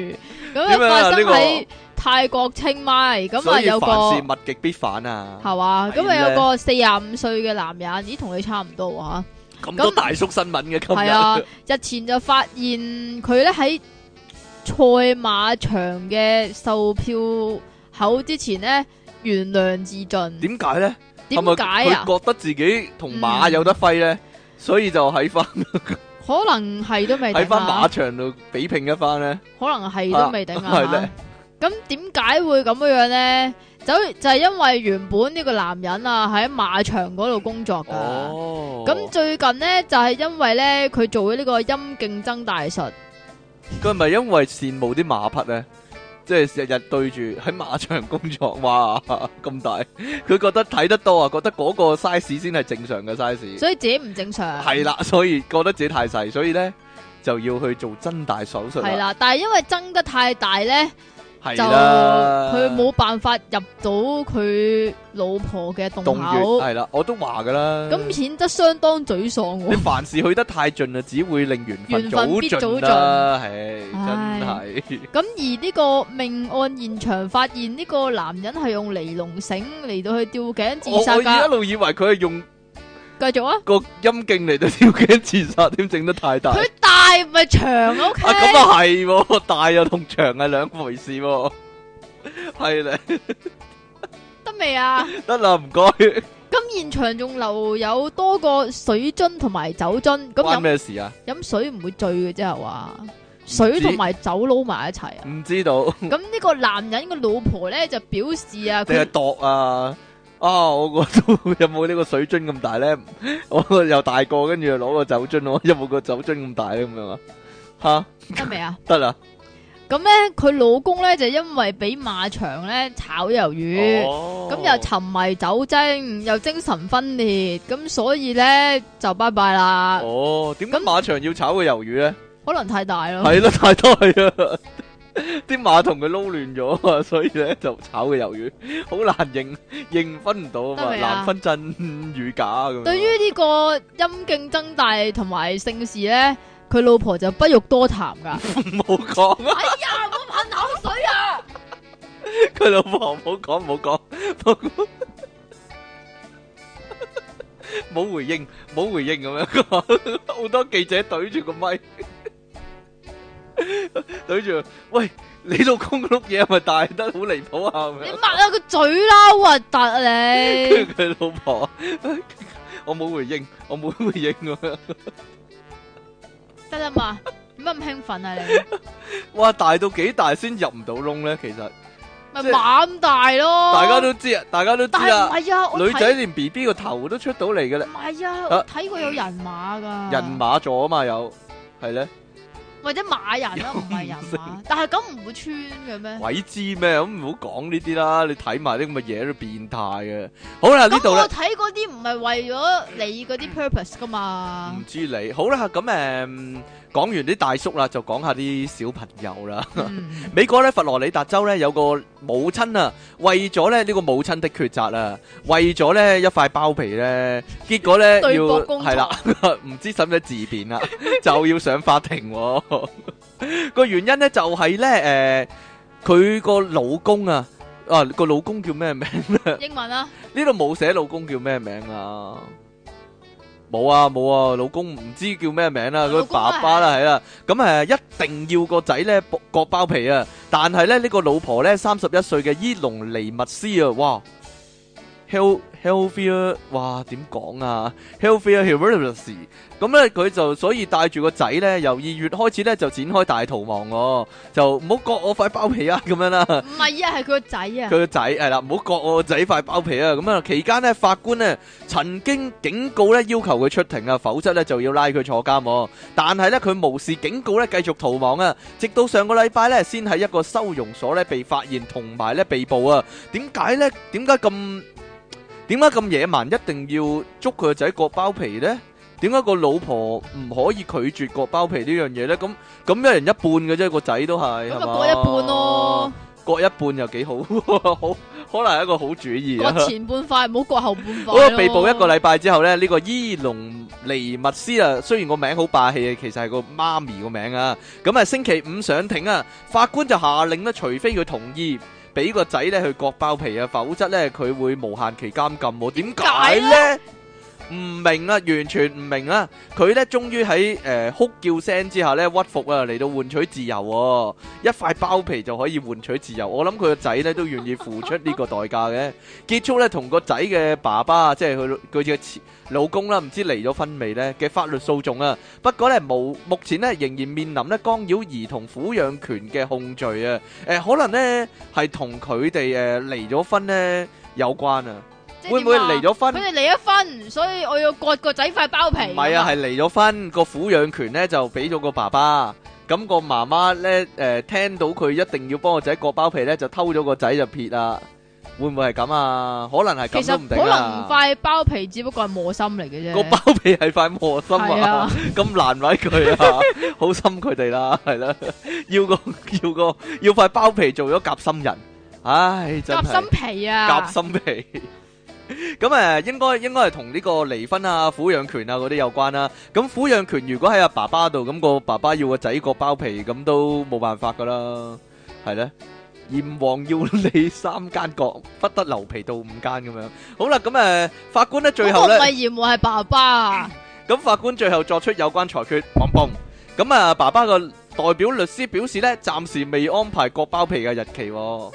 B: 咁
A: 點樣
B: 啊
A: 啊
B: 發生
A: 呢個
B: 喺泰國清邁，咁
A: 所
B: 啊
A: 以
B: 有
A: 凡
B: 個
A: 事。物極必反啊，
B: 係嘛？咁啊
A: 係咧
B: 有個四廿五歲嘅男人，咦同你差唔多啊？
A: 咁多大叔新聞嘅今
B: 係啊
A: 日。，
B: 日前就發現佢咧喺賽馬場嘅售票口之前呢，懸梁自盡。
A: 點解咧？
B: 點解
A: 係咪
B: 啊？
A: 佢覺得自己同馬有得揮咧，所以就喺翻
B: 可能係都未
A: 喺
B: 定
A: 翻馬
B: 啊，
A: 場度比拼一番咧。
B: 可能係
A: À,
B: 都
A: [laughs]
B: 未定
A: 係
B: 啊
A: 咧。
B: 咁點解會咁樣樣咧？就就係因為原本呢個男人啊喺馬場嗰度工作㗎。
A: 哦，
B: 咁最近呢，就係、因為咧佢做咗呢個陰競爭大術，
A: 佢係咪因為羨慕啲馬匹咧？即係日日對住喺馬場工作，哇咁大，佢覺得睇得多啊，覺得嗰個 size 先係正常嘅 size，
B: 所以自己唔正常。
A: 係啦，所以覺得自己太細，所以咧就要去做增大手術
B: 係啦，但係因為爭得太大咧，
A: 係
B: 就
A: 啦
B: 佢冇辦法入到佢老婆嘅洞
A: 洞穴
B: 口，
A: 係啦，我都話噶啦。
B: 咁顯得相當沮喪
A: 你
B: 喎。
A: 凡事去得太盡啦，只會令緣分
B: 緣
A: 早
B: 分必早
A: 盡啦，唉，
B: 唉
A: 真係。
B: 咁而呢個命案現場發現呢個男人係用尼龍繩嚟到去吊頸
A: 我
B: 自殺
A: 我一
B: 㗎。
A: 路以為佢係用
B: 繼續啊，
A: 個陰莖嚟到吊 [laughs] 頸自殺，點整得太大？
B: 佢大唔係長，OK？
A: 啊，咁啊係喎，大又同長係兩回事喎。係咧，
B: 得未啊？
A: 得啦，唔該，
B: 咁現場仲留有多個水樽同埋酒樽，咁
A: 關
B: 飲
A: 咩事啊？
B: 飲水唔會醉嘅啫係話，水同埋酒撈埋一齊啊！
A: 唔知道，
B: 咁呢個男人嘅老婆咧就表示啊，
A: 定係
B: 佢
A: 度啊？啊，我 [laughs] 個都有冇呢個水樽咁大咧？我又大個，跟住又攞個酒樽，我有冇個酒樽咁大咧？咁樣啊？吓，
B: 得未啊？
A: 得啦。
B: 咁咧佢老公咧就因為俾馬場咧炒魷魚，
A: 哦
B: 咁又沉迷酒精，又精神分裂，咁所以咧就拜拜啦，
A: 哦，點解
B: 咁
A: 馬場要炒個魷魚咧？
B: 可能太大咯。
A: [laughs] 係咯，太多啊！ [laughs] 啲馬同佢撈亂咗啊，所以咧就炒個魷魚，好難認認分唔到啊
B: 得
A: 嘛，
B: 未啊
A: 難分真與假咁樣。
B: 對於呢個陰莖增大同埋性事咧，佢老婆就不欲多談
A: [laughs]
B: 噶。
A: [laughs] 唔好
B: [laughs]
A: 講啊，
B: 哎呀，唔好噴口水啊！
A: 佢老婆唔好講， [laughs] 唔好講，唔好講冇回應，冇回應咁樣講， [laughs] 好多記者懟住個咪， [laughs] 懟住，喂，你老公碌嘢係咪大得好離譜啊？咁樣
B: 你抹下個嘴啦，好核突啊你！
A: [laughs] 跟住佢老婆，我冇回應，我冇回應咁樣。
B: 得啦嘛，點解咁興奮
A: [laughs]
B: 啊你？
A: 哇，大到幾大先入唔到窿咧？其實
B: 咪
A: 即係
B: 馬咁大咯！
A: 大家都知啊，大家都知
B: 但係唔
A: 啊，
B: 係啊，我睇
A: 女仔連 B B 個頭都出到嚟嘅
B: 唔
A: 啦，
B: 係啊，我睇過有人馬噶，
A: 人馬座啊嘛有，係咧，
B: 或者馬人
A: [laughs]
B: 啊啦，唔係人馬，但係咁唔會穿嘅咩？
A: 鬼知咩？咁唔好講呢啲啦，你睇埋啲咁嘅嘢都變態嘅。好啦，呢
B: 咁
A: 度啊
B: 我
A: 咧
B: 睇嗰啲唔係為咗你嗰啲 purpose 噶嘛
A: 唔？知你，好啦，咁誒講完啲大叔啦，就講下啲小朋友啦。
B: 嗯
A: 美國咧佛羅里達州咧有個母親啊，為咗咧呢個母親的抉擇啊，為咗咧一塊包皮咧，結果咧要
B: 對簿公堂
A: 係啦， [laughs] 唔知使唔使自辯
B: [laughs]
A: 啦，就要上法庭、喎。 [laughs] 個原因咧就係咧誒，佢、個老公啊，啊個老公叫咩名？
B: 英文啊，
A: 呢度冇寫老公叫咩名啊？冇啊冇啊，老公唔知叫咩名啦，佢
B: 老公啊
A: 爸爸啦係啦，咁誒一定要個仔咧剝割包皮啊！但係咧呢個老婆咧三十一歲嘅伊隆尼密斯啊，哇，health healthier，哇點講啊？healthier h e r i t y 咁咧佢就所以帶住個仔咧，由二月開始咧就展開大逃亡喎，就唔好割我塊包皮啊咁樣啦。
B: 唔係啊，係佢個仔啊
A: 佢。個仔係啦，唔好割我個仔塊包皮啊！咁啊，期間呢，法官呢曾經警告呢，要求佢出庭啊，否則呢就要拉佢坐監喎。但係呢，佢無視警告呢，繼續逃亡啊，直到上個禮拜呢，先喺一個收容所呢被發現同埋呢被捕啊。點解呢？點解咁點解咁野蠻？一定要捉佢個仔割包皮呢？點解個老婆唔可以拒絕割包皮呢樣嘢呢？咁咁一人一半嘅啫，個仔都係
B: 咁
A: 係
B: 咪
A: 嘛
B: 過一半咯，
A: 割一半又幾好， [laughs] 好可能係一個好主意啊！
B: 割前半塊，唔好割後半塊
A: 好
B: 咯。
A: 啦，被捕一個禮拜之後咧，呢、個伊隆尼密斯啊，雖然個名好霸氣啊，其實係個媽咪個名啊。咁啊，星期五上庭啊，法官就下令咧，除非佢同意俾個仔咧去割包皮啊，否則咧佢會無限期監禁喎。點解咧？唔明啊，完全唔明啊！佢咧終於喺誒哭叫聲之下咧屈服啊，嚟到換取自由喎、一塊包皮就可以換取自由。我諗佢個仔咧都願意付出呢個代價嘅。結束咧同個仔嘅爸爸，即係佢佢嘅前老公啦，唔知離咗婚未呢嘅法律訴訟啊。不過呢，無目前呢仍然面臨咧干擾兒童撫養權嘅控罪啊。誒、可能呢係同佢哋誒離咗婚呢有關啊。
B: 即係
A: 會唔會
B: 點啊
A: 離咗婚
B: 佢？哋離咗婚，所以我要割個仔塊包皮。
A: 唔係啊，係離咗婚，個撫養權咧就俾咗個爸爸。咁個呃媽媽咧，誒、聽到佢一定要幫個仔割包皮咧，就偷咗個仔就撇啦，會唔會係咁啊？可能係
B: 其
A: 咁
B: 實
A: 都唔定
B: 可能
A: 啦。
B: 塊包皮只不過係磨心嚟嘅啫。
A: 個包皮係塊磨心
B: 係
A: 啊
B: 啊，
A: [laughs] 咁難為佢啊， [laughs] 好心佢哋啦， [laughs] 係啦，要個要個要塊包皮做咗夾心人，唉，真
B: 夾
A: 係
B: 心。皮啊，
A: 夾心皮。 [laughs] 咁誒，應該應該係同呢個離婚啊、撫養權啊嗰啲有關啦、咁撫養權如果喺阿爸爸度，咁個爸爸要個仔個包皮，咁都冇辦法噶啦，係咧。閻王要你三間角，不得留皮到五間咁樣。好啦，咁誒、法官咧最後
B: 嗰
A: 咧
B: 個唔。係嫌我係爸爸啊，
A: 咁法官最後作出有關裁決，嘣嘣。咁啊，爸爸個代表律師表示咧，暫時未安排割包皮嘅日期、喎。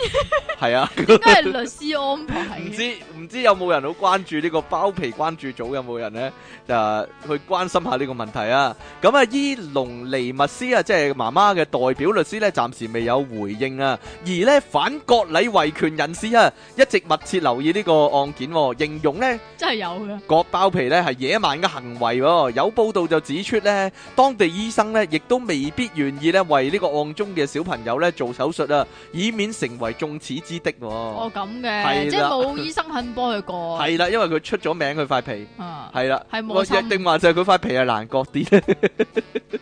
A: 係啊，
B: 應該係律師安
A: [laughs]
B: 排
A: 唔
B: 嘅。
A: 知唔知有冇人好關注呢個包皮關注組有冇人呢？就係去關心下呢個問題啊！咁啊，伊隆尼密斯啊，即係媽媽嘅代表律師呢，暫時未有回應啊。而呢，反國禮維權人士啊，一直密切留意呢個案件、喎，形容呢。
B: 真係有嘅，
A: 割包皮咧係野蠻嘅行為喎，有報道就指出咧，當地醫生咧亦都未必願意咧為呢個案中嘅小朋友咧做手術啊，以免成為眾矢之的喎。
B: 哦咁
A: 係啦
B: 嘅，即係冇醫生肯幫佢過。
A: 係啦，因為佢出咗名佢塊皮，
B: 啊，
A: 係啦，
B: 係
A: 我
B: 冇
A: 一
B: 心
A: 定話就係佢塊皮係難割啲 [laughs]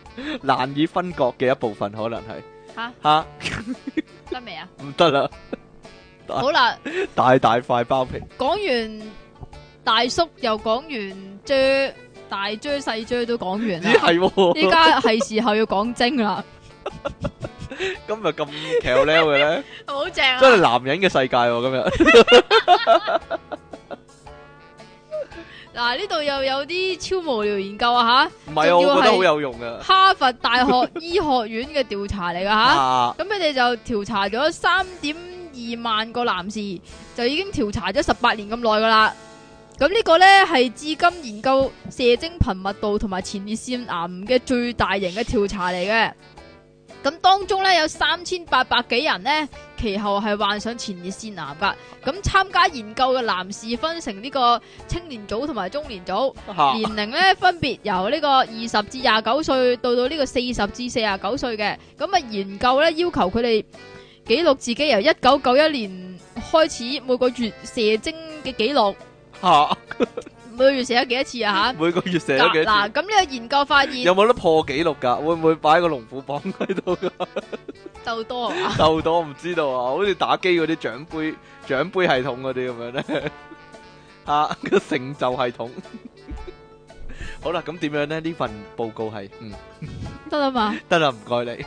A: 咧，難以分割嘅一部分可能係
B: 吓
A: 吓
B: 得未啊？
A: 唔得啦，
B: 好啦，
A: 大大塊包皮，
B: 講完大叔又講完啫，大啫細啫都講完
A: 咦
B: 啦。
A: 係
B: [laughs]
A: 喎，
B: 依家係時候要講精啦，
A: 今日咁巧咧
B: [laughs]
A: 嘅咧。
B: [laughs] 好正啊！
A: 真係男人嘅世界喎，今日
B: 嗱，呢度又有啲超無聊研究啊吓，
A: 唔係啊，
B: 仲要
A: 我覺得
B: 係
A: 好有用噶。
B: 哈佛大學醫學院嘅調查嚟噶吓，
A: 啊，
B: 咁佢哋就調查咗三點二萬個男士，就已經調查咗十八年咁耐噶啦。咁呢個呢，係至今研究射精頻密度同埋前列腺癌嘅最大型嘅調查嚟嘅。咁當中呢，有三千八百幾人呢，其後係患上前列腺癌噶。咁參加研究嘅男士分成呢個青年組同埋中年組。
A: 嚇
B: 年齡咧分別由呢個二十至廿九歲到到呢個四十至四廿九歲嘅，咁啊研究咧要求佢哋記錄自己由一九九一年開始每個月射精嘅記錄，
A: [laughs] 嚇
B: 每個月射咗幾多
A: [laughs]
B: 次啊
A: 每個月
B: 吓？
A: 寫咗幾
B: 嗱，
A: 多
B: 嗱咁呢個研究發
A: 次？
B: 現
A: 有冇得破紀錄㗎？會唔會擺個龍虎榜喺度㗎？
B: 就多啊，
A: 鬥多唔知道啊！好似打機嗰啲獎杯獎杯系統嗰啲咁樣咧， [laughs] 嚇個成就系統。 [laughs] 好啦，咁點樣咧？呢份報告係嗯
B: 得啦嘛。
A: 得啦，唔該你。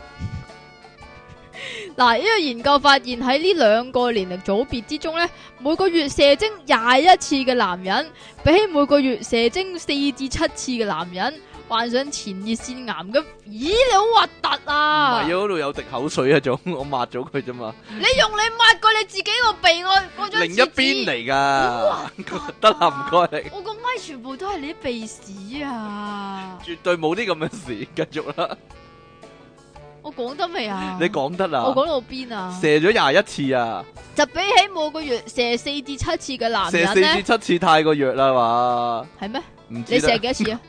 B: 嗱，呢個研究發現喺呢兩個年齡組別之中呢，每個月射精廿一次嘅男人，比起每個月射精四至七次嘅男人，患上前列腺癌嘅，咦，你好核突
A: 唔係
B: 啊！
A: 啊，
B: 你
A: 嗰度有滴口水啊，仲 [laughs] 我抹咗佢啫嘛，
B: 用你抹過你自己個鼻我嗰張
A: 另一
B: [laughs]
A: 邊
B: 嚟，
A: 嚟 [laughs] 㗎。得啦，唔該你。
B: 我個咪全部都係你啲鼻屎啊！
A: 絕對冇啲咁嘅事，繼續啦。
B: 我講得未啊？
A: 你，講得啦
B: 我，講到邊啊？
A: 射咗廿一次啊，
B: 就比起每個月射四至七次嘅男
A: 射
B: 人
A: 四
B: 呢
A: 至，七次太過弱啦嘛。
B: 係咩？
A: 唔知
B: 你射
A: 啦
B: 幾多次啊？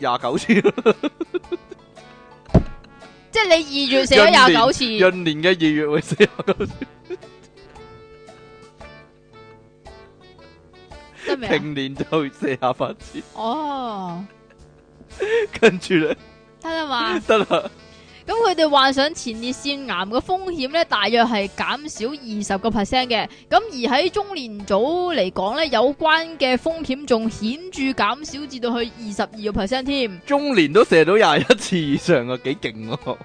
A: 廿九次，閏
B: 即係你二月射咗廿九次。
A: 年嘅二月會四廿九次，
B: 得未啊？
A: 平年就四廿八次，
B: 哦，
A: 跟住咧
B: 得啦嘛。
A: 得啦，
B: 咁佢哋患上前列腺癌嘅風險咧，大約係減少二十個 percent 嘅。咁而喺中年組嚟講咧，有關嘅風險仲顯著減少至到去二十二個 percent 添。
A: 中年都射到廿一次以上啊，幾勁喎！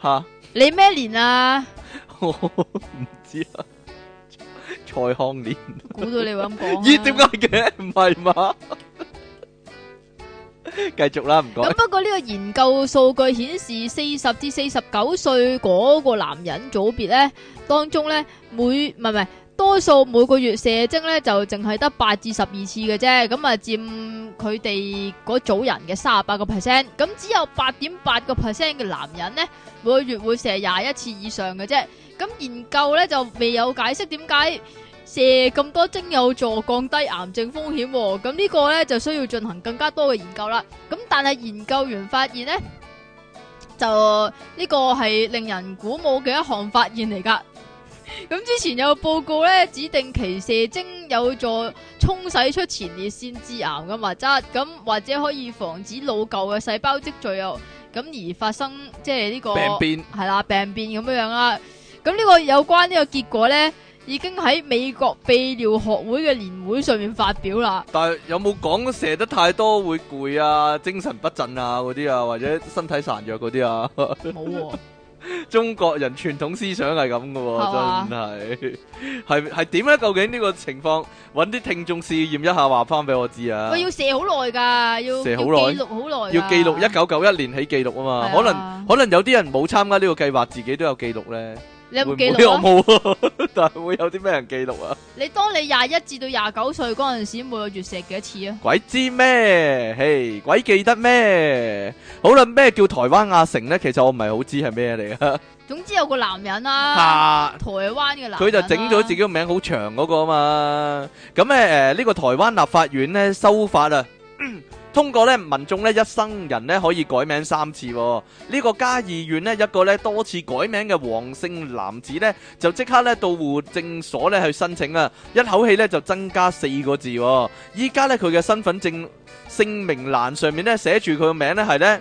A: 吓，
B: 你咩年啊？
A: 我唔知啊，蔡康年，
B: 估到你會咁講啊。
A: 咦？點解嘅？唔係嘛？繼續啦，唔該
B: 咁。不過呢個研究數據顯示，四十至四十九歲嗰個男人組別呢，當中呢，每唔係唔係多數每個月射精呢，就淨係得八至十二次嘅啫，咁啊佔佢哋嗰組人嘅三十八個 percent，咁只有八點八個 percent 嘅男人呢，每個月會射廿一次以上嘅啫。咁研究呢，就未有解釋點解。射咁多精有助降低癌症風險喎、咁呢個呢，就需要進行更加多嘅研究啦。咁但係研究員發現呢，就呢個係令人鼓舞嘅一項發現嚟噶。 [laughs] 咁之前有報告咧，指定期射精有助沖洗出前列腺致癌嘅物質，咁或者可以防止老舊嘅細胞積聚又咁而發生即係呢、個
A: 病變
B: 係啦病變咁樣樣啦。咁呢個有關呢個結果咧，已經喺美國泌尿學會嘅年會上面發表啦。
A: 但係有冇講射得太多會攰啊、精神不振啊嗰啲啊，或者身體孱弱嗰啲啊？
B: 冇 [laughs] 喎，
A: 中國人傳統思想係咁嘅
B: 係嘛
A: 喎，真係係係點咧？究竟呢個情況揾啲聽眾試驗一下，話翻俾我知啊
B: 我！要射好耐㗎，要
A: 射好
B: 要
A: 耐
B: 記錄好耐㗎，
A: 要記錄一九九一年起記錄啊嘛，
B: 係
A: 可能
B: 啊
A: 可能有啲人冇參加呢個計劃，自己都有記錄咧。
B: 你有冇
A: 會
B: 記
A: 唔會
B: 錄啊？
A: 我冇啊， [laughs] 但係會有啲咩人記錄啊？
B: 你當你廿一至到廿九歲嗰陣時，每個月食幾多次啊？
A: 鬼知咩？嘿，鬼記得咩？好啦，咩叫台灣亞城咧？其實我唔係好知係咩嚟啊。
B: 總之有個男人啦、
A: [laughs] 嚇
B: 台灣嘅男人啦啊
A: 佢就整咗自己個名好長嗰個啊嘛。咁咧誒，呃呢、個台灣立法院咧修法啊， [clears throat] 通過咧民眾咧一生人咧可以改名三次、喎。呢、個嘉義縣呢，一個咧多次改名嘅黃姓男子咧，就即刻咧到戶政所咧去申請啊，一口氣咧就增加四個字、喎。依家咧佢嘅身份證姓名欄上面咧寫住佢個名咧係咧。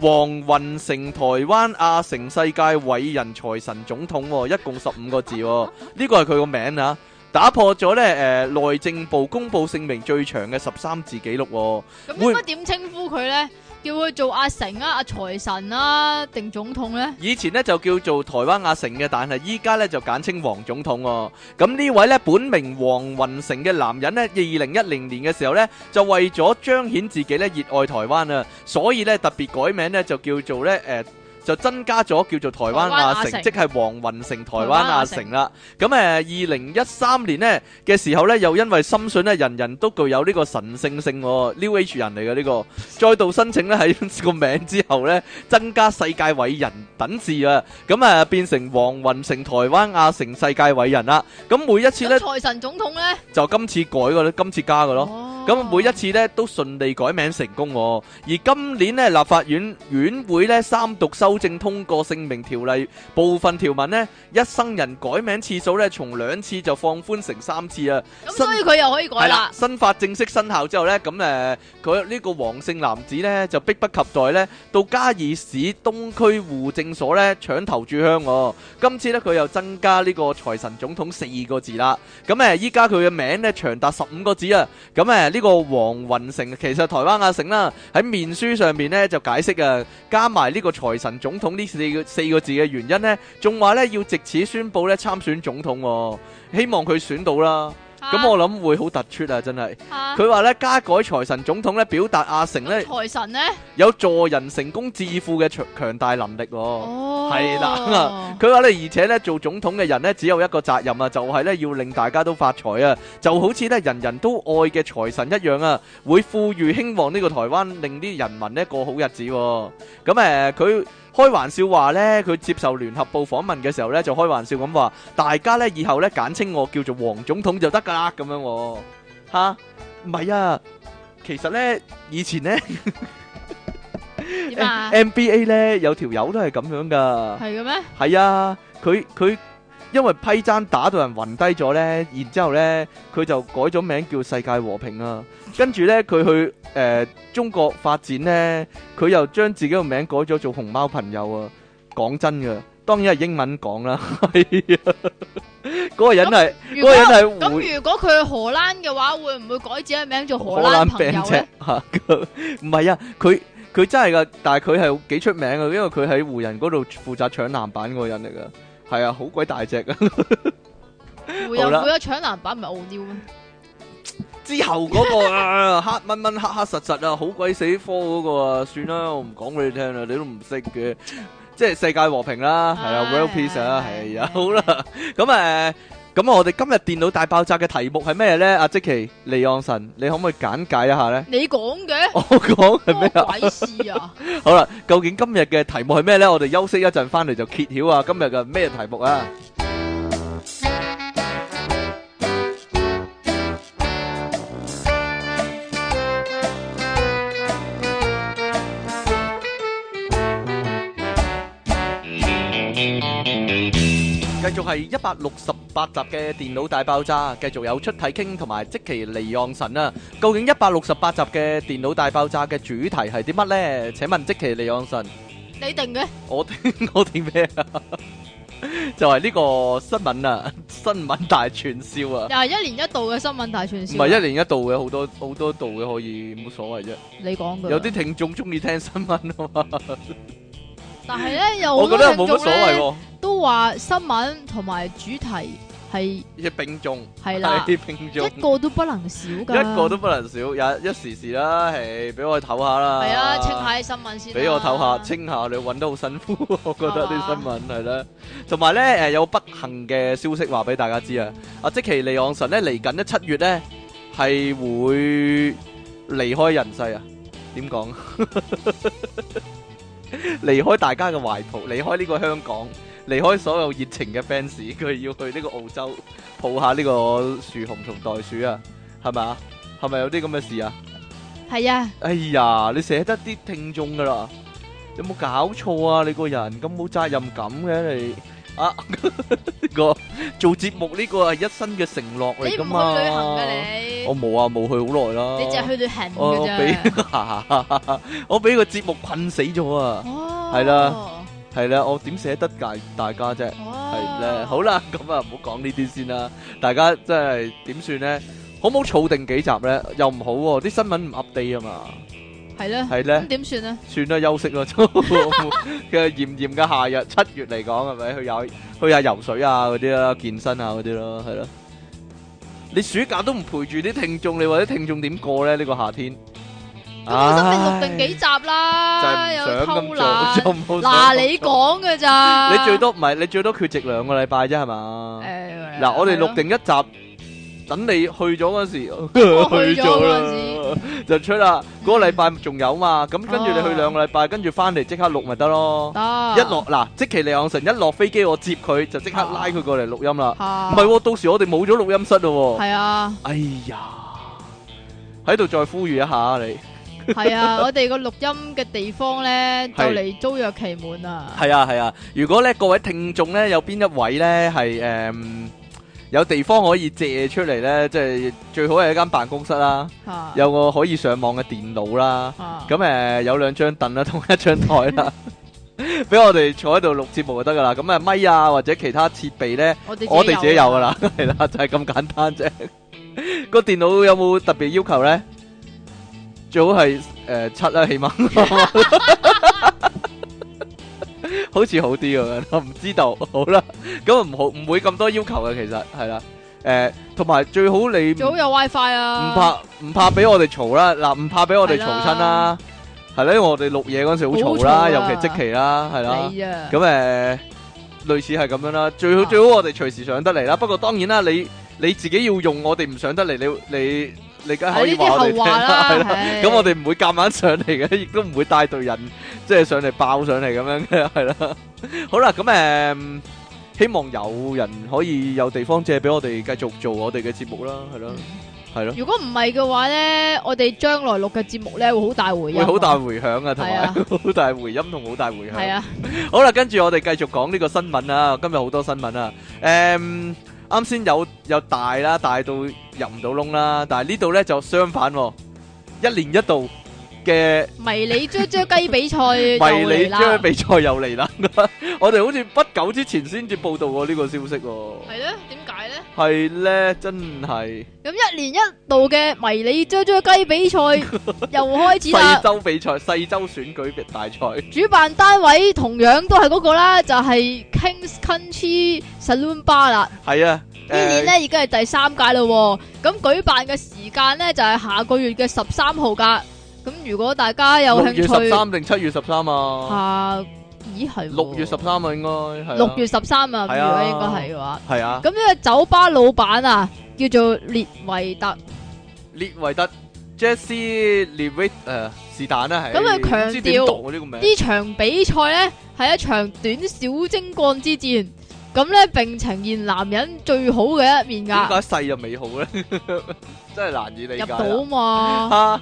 A: 黃雲成台灣亞城世界偉人財神總統、喎，一共十五個字、喎。呢個係佢個名啊，打破咗咧诶內政部公佈姓名最長嘅十三字記錄喎。
B: 咁
A: 會
B: 應該點稱呼佢咧？叫佢做阿成啊、阿財神啊，定總統咧？
A: 以前咧就叫做台灣阿成嘅，但係依家咧就簡稱黃總統喎。咁呢位咧本名黃雲成嘅男人咧，二零一零年嘅時候咧，就為咗彰顯自己咧熱愛台灣啊，所以咧特別改名咧就叫做咧诶。呃就增加咗叫做台灣亞
B: 台灣亞
A: 城，
B: 城
A: 即係黃雲成台灣亞城啦。咁誒，二零一三年呢嘅時候呢，又因為深信呢，人人都具有呢個神聖性喎，New Age 人嚟嘅呢個，再度申請呢，喺個名之後呢，增加世界偉人等字啊，咁啊變成黃雲成台灣亞城世界偉人啦。咁每一次
B: 咁
A: 呢，
B: 財神總統咧？
A: 就今次改嘅咧，今次加嘅咯。
B: 哦
A: 咁每一次咧都順利改名成功、喎，而今年咧立法院院會咧三讀修正通過姓名條例部分條文呢一生人改名次數咧從兩次就放寬成三次啊，
B: 咁，所以佢又可以
A: 係
B: 改
A: 啦
B: 啦，。
A: 新法正式生效之後呢，咁誒佢呢個黃姓男子呢就迫不及待呢到嘉義市東區戶政所呢搶頭炷香、喎。今次呢，佢又增加呢個財神總統四個字啦。咁誒依家佢嘅名呢長達十五個字啊。咁誒呢個黃雲成其實台灣亞城啦，喺面書上面呢就解釋啊，加埋呢個財神總統呢四個四個字嘅原因呢，仲話呢要藉此宣佈呢參選總統、喎，希望佢選到啦。咁我諗會好突出啊！真係，
B: 啊
A: 佢話咧加改財神總統咧，表達阿成
B: 咁
A: 咧
B: 財神咧，
A: 有助人成功致富嘅強強大能力喎。
B: 哦，
A: 係啦，佢話咧，而且咧做總統嘅人咧只有一個責任啊，就係咧要令大家都發財啊，就好似咧人人都愛嘅財神一樣啊，會富裕興旺呢個台灣，令啲人民咧過好日子喎。咁誒，佢開玩笑話咧，佢接受聯合報訪問嘅時候咧，就開玩笑咁話，大家咧以後咧簡稱我叫做黃總統就得㗎啦，咁樣喎。吓，唔係啊，其實咧以前咧
B: 點啊？
A: NBA 咧有條友都係咁樣㗎。
B: 係嘅咩？
A: 係啊，佢佢因為批踭打到人暈低咗咧，然之後咧佢就改咗名叫世界和平啊。跟住咧佢去誒、呃中國發展咧，佢又將自己個名改咗做熊貓朋友啊。講真嘅，當然係英文講啦。 [laughs] 係啊，嗰個人係嗰個
B: 如果
A: 人係回。
B: 咁如果佢去荷蘭嘅話，會唔會改自己嘅名做荷
A: 荷
B: 蘭
A: 蘭
B: 朋友
A: 病
B: 咧
A: 啫？ [laughs] 嚇，佢唔係啊，佢佢真係噶，但係佢係幾出名嘅，因為佢喺湖人嗰度負責搶籃板嗰個人嚟噶，係啊，好鬼大隻噶。
B: 會
A: 好
B: 有
A: 啦
B: 會有搶籃板唔係奧尿咩？
A: 之後嗰、個啊，黑蚊蚊黑黑實實啊，好鬼死科嗰個啊，算啦，我唔講俾你聽啦，你都唔識嘅，即係世界和平啦，係啊
B: 唉
A: ，world peace 啊，係啊
B: 唉，
A: 好啦，咁誒。咁我哋今日電腦大爆炸嘅題目係咩呢？阿即奇利昂神，你可唔可以簡介一下呢？
B: 你講嘅
A: 我講係咩啊？
B: 關我鬼
A: [laughs]
B: 事啊？
A: 好啦，究竟今日嘅題目係咩呢？我哋休息一陣，翻嚟就揭曉啊！今日嘅咩題目啊？繼續係一百六十八集嘅電腦大爆炸，繼續有出體傾同埋即其離岸神啊！究竟一百六十八集嘅電腦大爆炸嘅主題係啲乜呢？請問即其離岸神，
B: 你定嘅？
A: 我聽 [laughs] 我啲咩啊？ [laughs] 就係呢個新聞啊， [laughs] 新聞大串燒啊！
B: 又係一年一度嘅新聞大串
A: 唔
B: 燒。
A: 係一年一度嘅，好多好多度嘅可以冇所謂啫。
B: 你講嘅。
A: 有啲聽眾中意聽新聞啊嘛，
B: 但係咧，有好
A: 我
B: 多
A: 覺得冇乜
B: 聽眾
A: 所謂
B: 咧
A: 喎，
B: 都話新聞同埋主題係
A: 一並重
B: 係
A: [laughs]
B: 啦，
A: 係並重，
B: 一個都不能少㗎。
A: 一個都不能少，有一時時啦，係俾我唞下啦，
B: 係啊，清下啲新聞先啦。
A: 俾我唞下，清下你揾得好辛苦，
B: [laughs]
A: 我覺得
B: 係
A: 啲
B: 嘛
A: 新聞係啦。同埋咧，誒有不幸嘅消息話俾大家知啊！阿即其利昂神咧嚟緊咧七月咧係會離開人世啊！點講？ [laughs] 離開大家嘅懷抱，離開呢個香港，離開所有熱情嘅 fans，佢要去呢個澳洲抱下呢個樹熊同袋鼠啊！係咪啊？係咪有啲咁嘅事啊？
B: 係啊，
A: 哎呀，你捨得啲聽眾噶啦，有冇搞錯啊？你個人咁冇責任感嘅你啊！ [laughs] 呢個做節目呢個係一生嘅承諾
B: 你
A: 嚟
B: 唔
A: 噶嘛？
B: 去旅行嘅
A: 我
B: 你，
A: 冇啊，冇去好耐啦。
B: 你淨係去旅行
A: 我
B: 㗎
A: 俾 [laughs]
B: 咋？
A: 我俾個節目困死咗啊！
B: 哦，
A: 係啦，係啦，我點捨得大大家啫？
B: 係
A: 係咧，好啦，咁啊，唔好講呢啲先啦。大家真係點算咧？好唔好儲定幾集咧？又唔好喎，啲新聞唔 update 啊嘛。
B: 係咧，
A: 係咧
B: 咁。點算咧？
A: 算啦， [laughs] 休息啦，都嘅炎炎嘅夏日，七月嚟講係咪去游去下游水啊嗰啲啦，健身啊嗰啲咯，係咯。你暑假都唔陪住啲聽眾，你話啲聽眾點過咧？呢、個夏天，
B: 咁我心你錄定幾集啦，
A: 唉就
B: 又
A: 係唔
B: 偷
A: 想咁 [laughs]
B: 懶。
A: 做，就冇想
B: 嗱，
A: 咁
B: 你
A: 做
B: 講嘅咋？
A: 你最多唔係你最多缺席兩個禮拜啫，係嘛？
B: 誒
A: 嗱，我哋
B: 係咯
A: 錄定一集，等你去咗嗰時， [laughs]
B: 我去咗嗰
A: 啦，就出啦。嗰個禮拜仲有嘛？咁跟住你去兩個禮拜，跟住翻嚟即刻錄咪得咯。
B: 得
A: 一落嗱，即其利昂神一落飛機，我接佢就即刻拉佢過嚟錄音
B: [laughs]
A: 啦。
B: 嚇
A: 唔係喎，到時我哋冇咗錄音室咯喎。
B: 係啊
A: 哎呀，喺度再呼籲一下你。
B: 係啊，我哋個錄音嘅地方咧就
A: 係
B: 嚟租約期滿啦。
A: 係啊係啊，如果咧各位聽眾咧有邊一位咧係誒有地方可以借出嚟咧，即係最好係一間辦公室啦。
B: 嚇
A: 有個可以上網嘅電腦啦，
B: 嚇
A: 咁誒、呃有兩張凳啦，同一張台啦， [laughs] 俾我哋坐喺度錄節目就得噶啦。咁啊咪啊或者其他設備呢，
B: 我哋
A: 我哋自己有噶啦， [laughs] 係啦，就係、咁簡單啫。個電腦有冇特別要求呢？最好係誒七啦，起碼 [laughs] 好似好啲咁樣，我唔知道。好啦，咁啊唔好唔會咁多要求嘅，其實係啦。誒，同埋最好你唔
B: 最好有 WiFi
A: 唔
B: 啊！
A: 怕唔怕俾我哋嘈啦，嗱唔怕俾我哋嘈親
B: 係
A: 啦，係咧，我哋錄嘢嗰陣時好嘈
B: 好
A: 啦，
B: 嘈啊
A: 尤其即期啦，係啦，
B: 你啊，
A: 咁誒類似係咁樣啦，最好
B: 啊
A: 最好我哋隨時上得嚟啦，不過當然啦，你你自己要用我哋唔上得嚟，你你你梗係啊可
B: 係
A: 以
B: 啊呢
A: 話我
B: 啲
A: 哋
B: 後
A: 聽
B: 話
A: 啦，
B: 啦
A: 係。啦，
B: 係
A: 咁我哋唔會夾硬上嚟嘅，亦都唔會帶隊人 [laughs] 即係上嚟爆上嚟咁樣嘅，係啦，好啦，咁誒。希望有人可以有地方借俾我哋繼續做我哋嘅節目啦，係咯，係咯。
B: 如果唔係嘅話咧，我哋將來錄嘅節目咧會好大回音，
A: 會好大回響啊，同
B: 係
A: 埋
B: 啊
A: [laughs] 好大回音同好大回
B: 係
A: 響。
B: 啊，
A: 好啦，跟住我哋繼續講呢個新聞啦。今日好多新聞啊。誒，啱先有有大啦，大到入唔到窿啦。但係呢度咧就相反喎，一年一度嘅
B: 迷你啄啄雞比賽
A: [laughs] 迷
B: 迷
A: 你將
B: 啦，
A: 比賽又嚟啦。 [laughs] 我哋好似不久之前先至報導過呢個消息喎。
B: 係咧？點解咧？
A: 係咧，真係
B: 咁一年一度嘅迷你啄啄雞
A: [laughs]
B: 比賽又開始
A: 細
B: 啦，
A: 州比賽、細州選舉大賽。
B: 主辦單位同樣都係嗰個啦，就係 Kings Country Saloon Bar 啦。
A: 係啊，
B: 呢年
A: 誒
B: 咧已經係第三屆咯喎，咁舉辦嘅時間咧就係下個月嘅十三號噶。咁如果大家有
A: 六
B: 興
A: 月十
B: 趣，
A: 三定七月十三啊？
B: 啊，咦係喎
A: 六月十三啊，應該係啊
B: 六月十三啊，
A: 係
B: 如
A: 啊
B: 果應該係嘅話，
A: 係啊，
B: 咁呢個酒吧老闆啊叫做列維特，
A: 列維特 Jesse Levitt ờ, 誒是但啦，係
B: 咁佢強調
A: 唔知點讀啊呢個名
B: 呢場比賽呢係一場短小精幹之戰，咁咧並呈現男人最好嘅一面㗎，
A: [laughs] 點解細就美好呢？真係難以理解啊。
B: 入
A: [laughs]
B: 到嘛，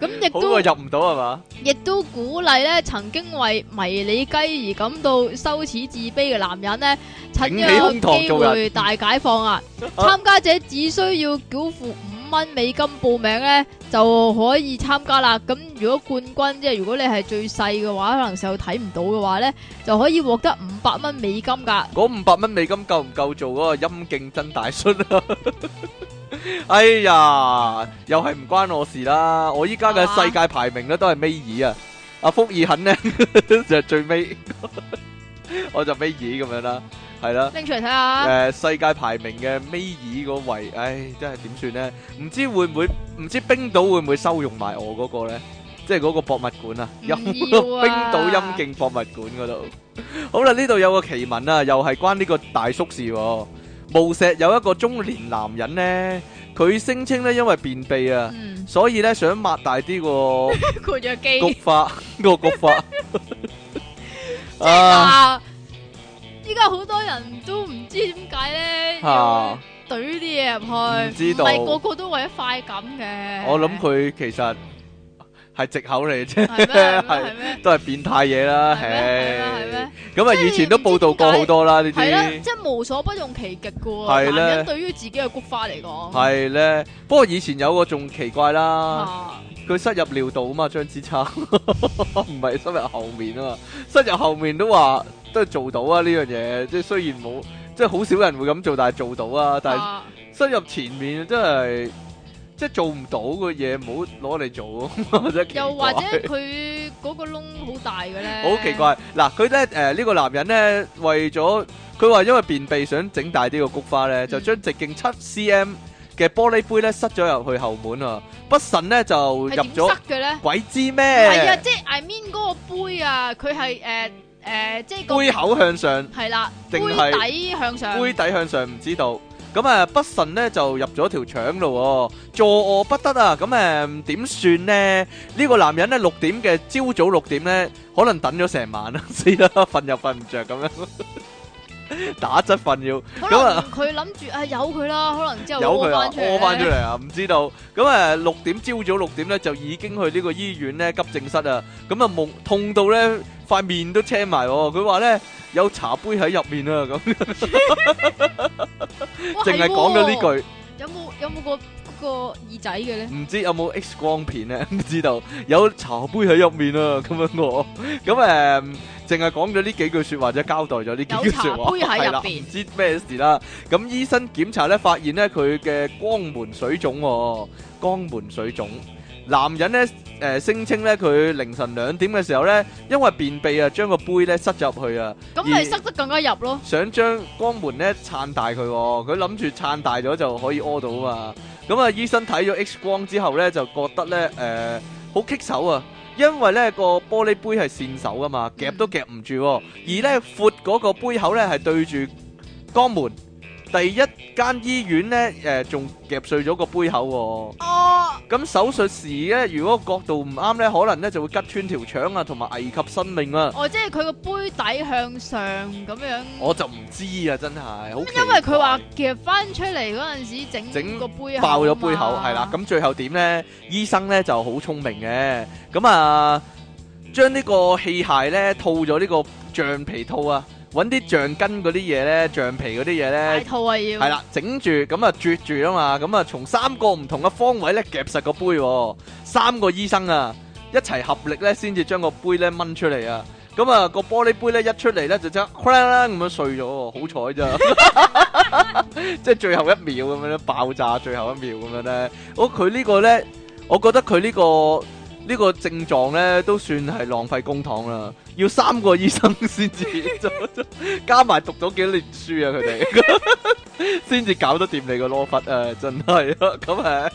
B: 咁亦都
A: 啊，好過入唔到係嘛？
B: 亦都鼓勵咧曾經為迷你雞而感到羞恥自卑嘅男人咧，趁呢個
A: 挺起胸膛
B: 機
A: 做
B: 會大解
A: [laughs]
B: 放啊！參加者只需要繳付五蚊美金報名咧就可以參加啦。咁如果冠軍即係如果你係最細嘅話，可能細路睇唔到嘅話咧，就可以獲得五百蚊美金㗎。
A: 嗰500蚊美金夠唔夠做嗰個陰莖增大術啊？ [laughs] 哎呀，又係唔關我事啦，我依家嘅
B: 係嘛？
A: à. [laughs] 世界排名呢都係尾二啊，阿福爾肯呢， [laughs] 就係最尾，我就尾二咁樣啦，係啦。
B: 拎出嚟睇下，
A: 诶、世界排名嘅尾二嗰位，唉，真係點算呢？唔知會唔會，唔知冰島會唔會收容埋我嗰個呢？即係嗰個博物館啊，
B: 唔
A: 有
B: 要啊
A: [laughs] 冰島陰莖博物館嗰度。好啦，呢度有個奇聞啊，又係關呢個大叔事、喎。無石有一個中年男人呢，佢聲稱呢，因為便秘啊，
B: 嗯， [laughs]
A: 所以呢，想擘大啲個
B: 括咗機。
A: 菊花， [laughs] 個菊花。
B: [laughs] 即系话，依家好多人都唔知點解咧，要
A: 啊
B: 懟啲嘢入
A: 唔
B: 去，
A: 知道
B: 唔係個個都為咗快感嘅。
A: 我諗佢其實係藉口嚟啫。
B: 係
A: [laughs]
B: 咩係咩係咩？
A: 都係變態嘢啦，
B: 係咩係咩
A: 唉，咁啊
B: 即係
A: 以前都報道過好多啦呢
B: 係啦，
A: 啲，
B: 即係無所不用其極嘅
A: 係
B: 喎。
A: 咧
B: 男人對於自己嘅菊花嚟講，
A: 係咧。不過以前有個仲奇怪啦，
B: 啊
A: 佢塞入尿道啊嘛，張支叉 [laughs] 唔係塞入後面啊嘛，塞入後面都話都係做到啊呢樣嘢，即係雖然冇，即係好少人會咁做，但係做到啊，但係
B: 啊
A: 塞入前面真係。即係做唔到嘅嘢，唔好攞嚟做啊！ [laughs] 真係奇怪
B: 又或者佢嗰個窿好大嘅咧，
A: 好奇。怪嗱，佢咧誒呢個男人咧為咗佢話因為便秘想整大啲個菊花咧，就將直徑七 cm 嘅玻璃杯咧塞咗入去後門啊，不慎咧就入
B: 係點塞
A: 咗
B: 嘅咧？
A: 鬼知
B: 係啊，
A: 咩
B: 即係 I mean 嗰個杯啊，佢係誒誒，即係個
A: 杯口向上，
B: 係啦，杯
A: 定係
B: 底向上，
A: 杯底向上唔知道。咁啊，不慎咧就入咗條腸咯喎，坐卧不得啊！咁誒點算呢？呢個男人咧六點嘅朝早六點咧，可能等咗成晚啦，死啦，瞓又瞓唔着咁樣， [laughs] 打側瞓要。
B: 可
A: 咁
B: 能
A: 啊
B: 佢諗住啊，由佢啦，可能之後
A: 有佢
B: 屙
A: 啊，
B: 翻出嚟
A: 屙翻出嚟啊，唔知道。咁誒六點朝早六點咧就已經去呢個醫院咧急症室啊，咁啊夢痛到咧塊面都青埋喎。佢話咧有茶杯喺入面啊，咁
B: 哇
A: 淨係
B: 係
A: 講咗
B: 喎
A: 呢
B: 有冇有冇個個耳仔嘅咧
A: 句，？唔知有冇 X 光片咧？ [laughs] 唔知道有茶杯喺入面啊， [laughs] 咁樣我咁誒淨係講咗呢幾句説話，即係交代咗呢幾
B: 有
A: 句
B: 茶
A: 説話，
B: 杯喺入
A: 係啦
B: 邊
A: 唔知咩事啦。咁醫生檢查咧，發現咧佢嘅肛門水腫喎，肛門水腫。男人咧誒、呃、聲稱咧佢凌晨兩點嘅時候咧，因為便秘啊，將個杯咧塞入去啊，
B: 咁
A: 而
B: 咪塞得更加入咯。
A: 想將肛門咧撐大佢、喎。佢諗住撐大咗就可以屙到啊嘛。咁啊，醫生睇咗 X 光之後咧，就覺得咧誒。呃好棘手啊！因為呢個玻璃杯係線手噶嘛，夾都夾唔住、喎。而呢闊嗰個杯口呢係對住肛門。第一間醫院呢，誒、仲夾碎咗個杯口
B: 哦，
A: 喎。咁手術時呢，如果角度唔啱呢，可能呢就會吉穿條腸啊，同埋危及生命啊。
B: 哦，即係佢個杯底向上咁樣。
A: 我就唔知啊，真係好奇怪。
B: 因為佢話夾翻出嚟嗰陣時，
A: 整
B: 整個杯口啊
A: 爆咗杯口，
B: 嘛
A: 係啦。咁最後點呢？醫生呢就好聰明嘅，咁啊，將呢個器械呢套咗呢個橡皮套啊，揾啲橡筋嗰啲嘢呢，橡皮嗰啲嘢
B: 大
A: 呢，
B: 套啊要。
A: 係，啦，整住咁啊，啜住啊嘛，咁啊，從三個唔同嘅方位呢夾實個杯喎，三個醫生啊一齊合力呢先至將個杯呢掹出嚟啊！咁啊，個玻璃杯咧一出嚟咧就即刻啷啷咁樣碎咗喎，好彩咋， [laughs] 即係最後一秒咁樣咧爆炸，最後一秒咁樣咧，我佢呢個咧，我覺得佢呢、個呢、個症狀咧都算係浪費公帑啦，要三個醫生先至 [laughs] 加埋讀咗幾年書啊，佢哋先至搞得掂你個攞忽啊，真係啊，咁啊。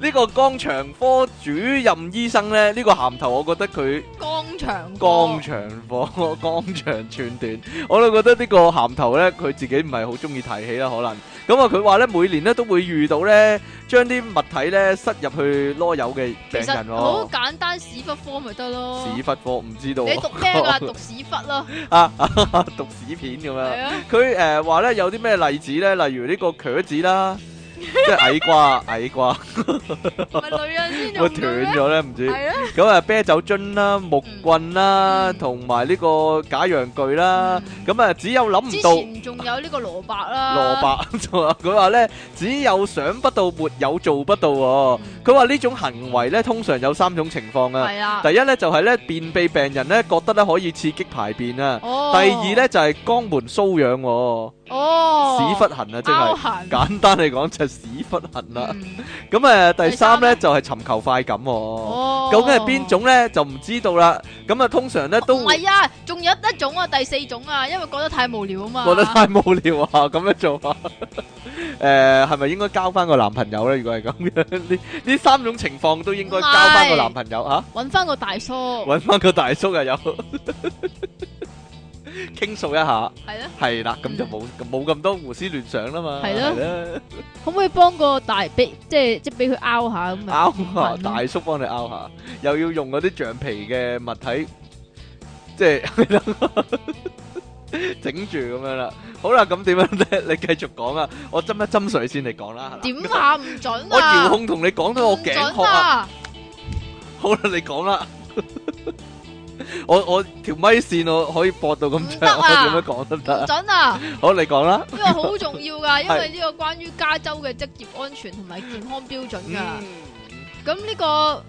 A: 呢個肛腸科主任醫生咧，呢、個鹹頭，我覺得佢
B: 肛腸科
A: 肛腸科、肛腸寸斷，我都覺得呢個鹹頭呢，佢自己唔係好中意提起啦，可能咁啊，佢話咧每年咧都會遇到咧將啲物體咧塞入去啰柚嘅
B: 其
A: 病
B: 實
A: 人
B: 好
A: 咯。
B: 簡單，屎忽科咪得咯。
A: 屎忽科唔知道
B: 你
A: 喎
B: 讀咩㗎？讀屎
A: [laughs]
B: 忽咯，
A: 啊， [laughs] 讀屎片咁樣。[laughs]
B: 係啊，
A: 佢誒話咧有啲咩例子咧，例如呢個茄子啦，即係矮瓜矮瓜
B: 咪女人先用
A: 會
B: 嘅
A: 啊斷
B: 咩？
A: 咗咧，唔知。
B: 啊係啊，
A: 咁啊啤酒樽啦、木棍啦，
B: 嗯
A: 同埋呢個假陽具啦。
B: 嗯
A: 咁啊只有諗唔
B: 之
A: 到
B: 前啊仲有呢個蘿蔔啦，
A: 蘿蔔， [laughs] 就話佢話咧只有想不到，沒有做不到喎。佢話呢種行為咧通常有三種情況啊。
B: 嗯係啊
A: 第，一咧就係咧便秘病人咧覺得咧可以刺激排便啊。
B: 哦
A: 第二咧就係肛門瘙癢喎，
B: 哦，
A: 屎忽痕啊，即係
B: 凹。痕，
A: 簡單嚟講就係屎忽痕啦。
B: 嗯
A: 咁誒、第三咧
B: 第三呢
A: 就係尋求快感喎、
B: 哦，
A: 究竟係邊種咧就唔知道啦。咁啊，通常咧都
B: 唔係啊，仲有一種啊，第四種啊，因為覺得太無聊啊嘛。
A: 覺得太無聊啊，咁樣做啊。 [laughs] 誒係咪應該交翻個男朋友咧？如果係咁樣，呢呢三種情況都應該交翻個男朋友嚇，
B: 揾翻個大叔，
A: 揾翻個大叔啊 [laughs] 有傾訴一下，
B: 係啊，
A: 係啦，咁就冇冇咁多胡思亂想啦嘛，
B: 係咯
A: 啦，
B: 可唔可以幫個大俾即係即係俾佢拗下咁 [laughs] 啊？
A: 拗下
B: 咯
A: 大叔幫你拗下，又要用嗰啲橡皮嘅物體，即 [laughs] 係整住咁樣啦。好啦，咁點 [laughs] 樣咧？你繼續講啊！我斟一斟水先，你講啦。係啦
B: 點啊？唔準
A: 我
B: 啊！
A: 遙控同你講到我頸
B: 唔準
A: 渴啊！
B: 啊！
A: 好啦，你講 [laughs] 啦。我我條咪線我可以駁到咁
B: 唔得
A: 長，我 [laughs]
B: 啊
A: 點樣講得唔
B: 唔
A: 得啊？
B: 準啊！
A: 好，你講啦。
B: 呢個好重要㗎，因為呢個關於加州嘅職業安全同埋健康標準㗎。
A: Ừ.
B: 咁呢個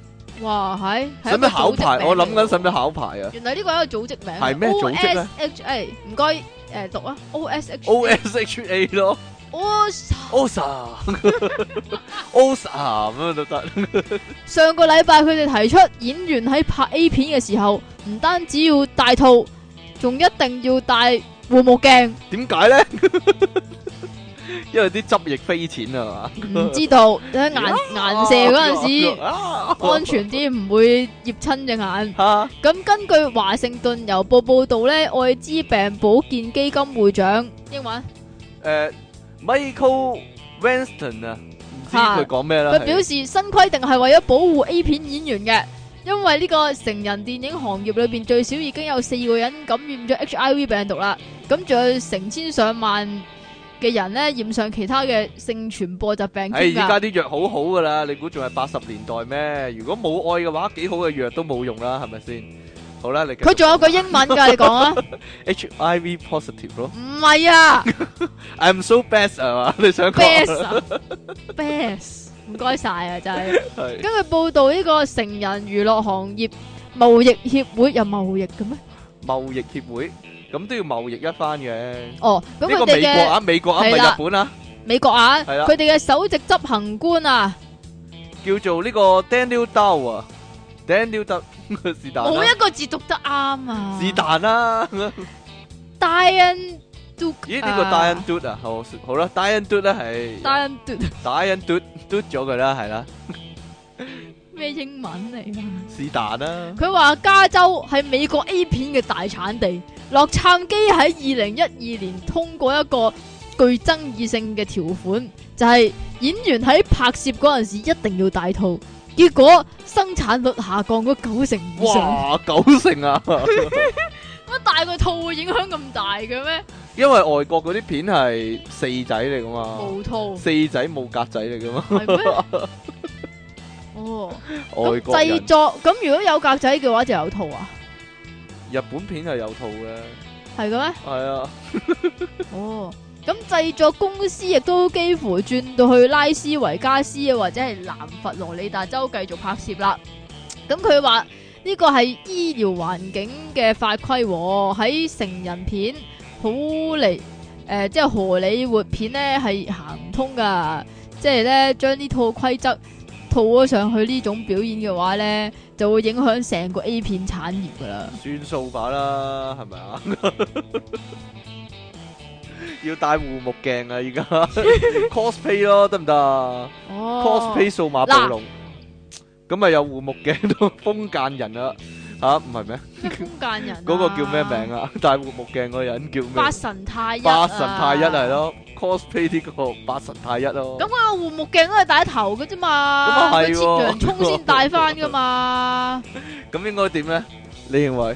B: 哇係，
A: 使
B: 係
A: 唔
B: 一
A: 使
B: 個
A: 考
B: 組織
A: 牌？
B: 名
A: 我諗緊
B: 嚟
A: 使唔使
B: 喎
A: 考牌啊
B: 原來呢個係一個組織名嚟，
A: 係咩組織咧
B: OSHA 唔該誒讀啊
A: ？O
B: ，OSHA
A: S H A 咯。
B: OSHA
A: OSA [laughs] ，OSA Vâng, 咁樣都得，
B: 上個禮拜佢哋提出演員喺拍 A 片嘅時候，唔單止要戴套，仲一定要戴護目鏡。
A: [laughs] 點解咧？因為啲汁液飛錢啊
B: 唔知道喺顏顏射嗰陣時
A: 時
B: 安全啲，唔會醃親隻眼。
A: 吓，
B: 咁根據華盛頓郵報報導呢愛滋病保健基金會長英文，
A: 誒 ờ, Michael Winston à. 啊，唔知佢講咩啦。
B: 佢表示新規定係為咗保護 A 片演員嘅。因為呢個成人電影行業裏邊最少已經有四個人感染咗 HIV 病毒啦，咁仲有成千上萬嘅人呢染上其他嘅性傳播疾病
A: 唉，
B: 添
A: 而家
B: 㗎。
A: 啲藥好好噶啦，你估仲係八十年代咩？如果冇愛嘅話，幾好嘅藥都冇用啦，係咪先？好啦，你
B: 佢仲有句英
A: [laughs]
B: 文㗎，你講啊？
A: HIV positive 咯
B: 唔
A: [laughs]
B: 係啊
A: ，I'm so best Ờ, 係 [laughs] 嘛？你想講
B: ，best 啊 best，唔該晒啊，真係。
A: 係
B: 根據報道，呢個成人娛樂行業貿易協會有貿易嘅咩？
A: 貿易協會，咁都要貿易一番嘅。
B: 哦，咁
A: 呢個
B: 佢
A: 美
B: 哋
A: 國
B: 嘅
A: 啊，美國啊，唔
B: 係
A: 係
B: 啦
A: 日本啊，
B: 美國啊，
A: 係啦
B: 佢哋嘅首席執行官啊，
A: 叫做呢個 Daniel Dow 啊，Daniel Dow [laughs] 是但
B: 冇
A: 啦，
B: 一個字讀得啱啊。
A: 是但啦。 [laughs]
B: Diane Duke 啊。
A: 咦？呢個 Diane Dud 啊，好好啦，Diane Dud 咧係
B: Diane Duke
A: Diane Dud Dud 咗佢啦，係啦，
B: 咩英文嚟㗎？
A: 是但啦。
B: 佢話加州係美國 A 片嘅大產地，洛杉磯喺二零一二年通過一個具爭議性嘅條款，就係、演員喺拍攝嗰陣時一定要戴套，結果生產率下降咗九成以上。
A: 哇，九成啊！
B: [laughs]
A: [laughs]
B: 乜戴個套會影響咁大嘅咩？
A: 因為外國嗰啲片係四仔嚟噶嘛，
B: 冇套
A: 四仔冇格仔嚟噶嘛，
B: 係 [laughs] 咩？哦，
A: 外
B: 咁
A: 國
B: 製
A: 人
B: 作咁如果有格仔嘅話就有套啊，
A: 日本片係有套嘅，
B: 係
A: [laughs]
B: 嘅咩？
A: 係啊，
B: 哦，咁製作公司亦都幾乎轉到去拉斯維加斯啊，或者係南佛羅里達州繼續拍攝啦。咁佢話呢個係醫療環境嘅法規喎，喺成人片好嚟誒，即係荷里活片呢係行唔通噶，即係呢將呢套規則套咗上去呢種表演嘅話呢，就會影響成個 A 片產業噶啦。
A: 算數把啦，係咪啊？要戴護目鏡啊！而
B: [laughs]
A: 家 cosplay 咯，得唔得啊
B: 哦
A: [laughs] ？cosplay 數碼暴龍，咁咪有護目鏡都封間人啦，吓唔係咩？
B: 咩封間人啊
A: 嗰個叫咩名啊？戴護目鏡嗰個人叫咩？
B: 八神太一啊
A: 八神太一係咯 cosplay 呢個八神太一咯。
B: 咁啊，護目鏡都係戴喺頭嘅啫嘛，
A: 咁啊係
B: 佢切
A: 喎
B: 洋葱先戴翻
A: [laughs]
B: 噶嘛。
A: 咁應該點咧？你認為？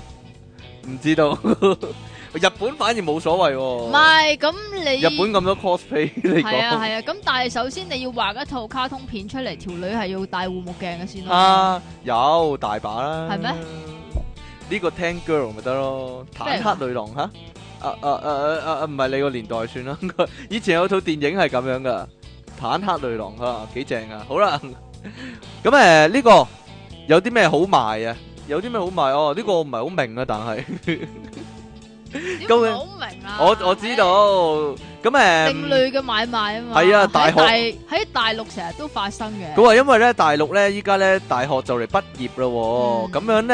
A: 唔
B: [laughs]
A: 知道。日本反而冇所謂
B: 唔
A: 喎。
B: 係，咁你
A: 日本咁多 cosplay，你
B: 係啊
A: 講
B: 係啊，咁但係首先你要畫一套卡通片出嚟，條女係要戴護目鏡嘅先咯。
A: 啊有大把啦。
B: 係咩？
A: 呢個 Tank Girl 咪得咯，坦克女郎吓。啊啊啊啊啊啊！唔係你個年代 [laughs] 算啦。以前有套電影係咁樣噶，坦克女郎啊，幾正啊！好啦， [laughs] 咁誒呢個有啲咩好賣啊？有啲咩好賣哦？呢個我唔係好明啊，但係。
B: 點
A: 究
B: 唔
A: 竟
B: 好明啊？
A: 我我知道，咁誒，
B: 另類嘅買賣啊嘛。
A: 係啊
B: 喺
A: 大學
B: 喺大陸成日都發生嘅。
A: 佢話因為咧大陸咧依家咧大學就嚟畢業咯
B: 嗯
A: 喎，咁樣
B: 呢個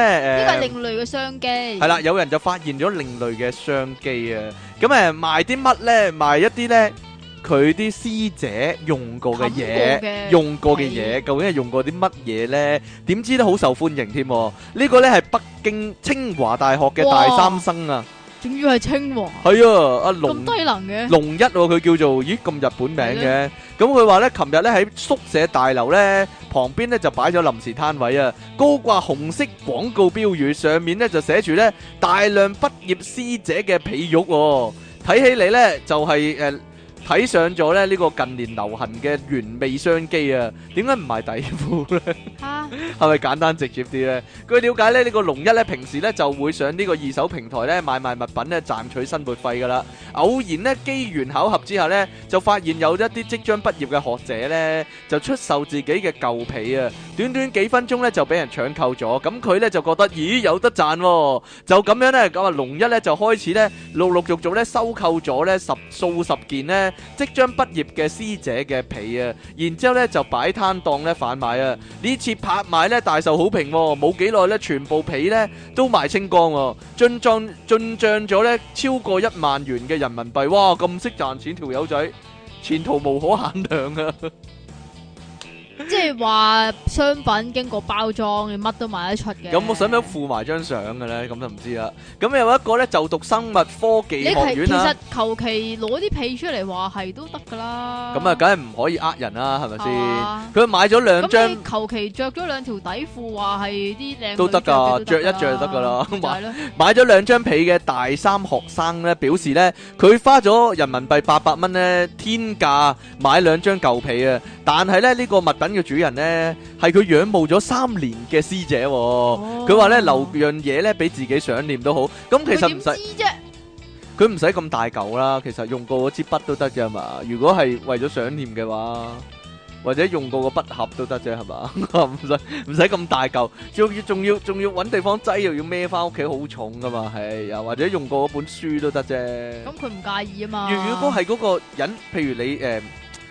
B: 係
A: 咧
B: 另類嘅商機。
A: 誒
B: 係
A: 係啦，，有人就發現咗另類嘅商機啊，咁誒賣啲乜咧？賣一啲咧佢啲師姐用過嘅嘢。
B: 嘢
A: 用過嘅嘢，究竟係用過啲乜嘢呢？點知都好受歡迎添喎。呢個呢係北京清華大學嘅大三生啊，
B: 仲要係清華，
A: 係啊，阿
B: 咁
A: 龍
B: 低能嘅。
A: 龍一喎，佢叫做咦咁日本名嘅，咁佢話咧，琴日咧喺宿舍大樓咧旁邊咧就擺咗臨時攤位啊，高掛紅色廣告標語，上面咧就寫住咧大量畢業師姐嘅被褥喎，睇起嚟咧就係、誒。睇上咗咧呢個近年流行嘅原味商機啊！點解唔賣底褲咧？
B: 嚇，
A: 係咪簡單直接啲呢？據了解呢，呢個龍一呢，平時呢就會上呢個二手平台呢買賣物品呢賺取生活費噶啦。偶然呢，機緣巧合之下呢，就發現有一啲即將畢業嘅學者呢，就出售自己嘅舊被啊，短短幾分鐘呢就俾人搶購咗。咁佢呢就覺得咦有得賺喎、就咁樣呢，咁啊龍一呢就開始呢，陸陸續續呢收購咗呢十數十件呢即將畢業嘅師姐嘅被啊，然之後呢就擺攤檔呢販賣啊。呢次拍賣咧大受好評喎、冇幾耐咧全部被咧都賣清光喎、進帳進帳咗咧超過一萬元嘅人民幣，哇！咁識賺錢條友仔，前途無可限量啊！
B: [laughs] 即係話商品經過包裝，你乜都賣得出嘅。
A: 有冇想唔想附埋張相嘅咧？咁就唔知啦。咁有一個咧就讀生物科技
B: 你
A: 學
B: 係
A: 院
B: 其
A: 啦
B: 實，求其攞啲被出嚟話係都得㗎啦。
A: 咁啊，梗係唔可以呃人啦，係咪
B: 係
A: 先？
B: 嘛
A: 佢買咗兩
B: 咁
A: 張
B: 你。求其着咗兩條底褲，話係啲靚女
A: 都得㗎
B: 着嘅
A: 着一着就得㗎啦
B: 咪就係咯，
A: 買咗兩張被嘅大三學生咧，表示咧佢花咗人民幣八百蚊咧天價買兩張舊被啊！但係咧呢、呢個物品嘅主人咧係佢仰慕咗三年嘅師姐、喎。佢話咧留樣嘢咧俾自己想念都好。咁其實唔使
B: 佢點知啫，
A: 佢唔使咁大嚿啦，其實用過嗰支筆都得啫嘛。如果係為咗想念嘅話，或者用過個筆盒都得啫係嘛， [laughs] 唔使唔使咁大嚿，仲要仲要仲要揾地方擠，又要孭翻屋企好重噶嘛，係又或者用過嗰本書都得啫。
B: 咁佢唔介意啊嘛。
A: 如如果係嗰個人，譬如你誒、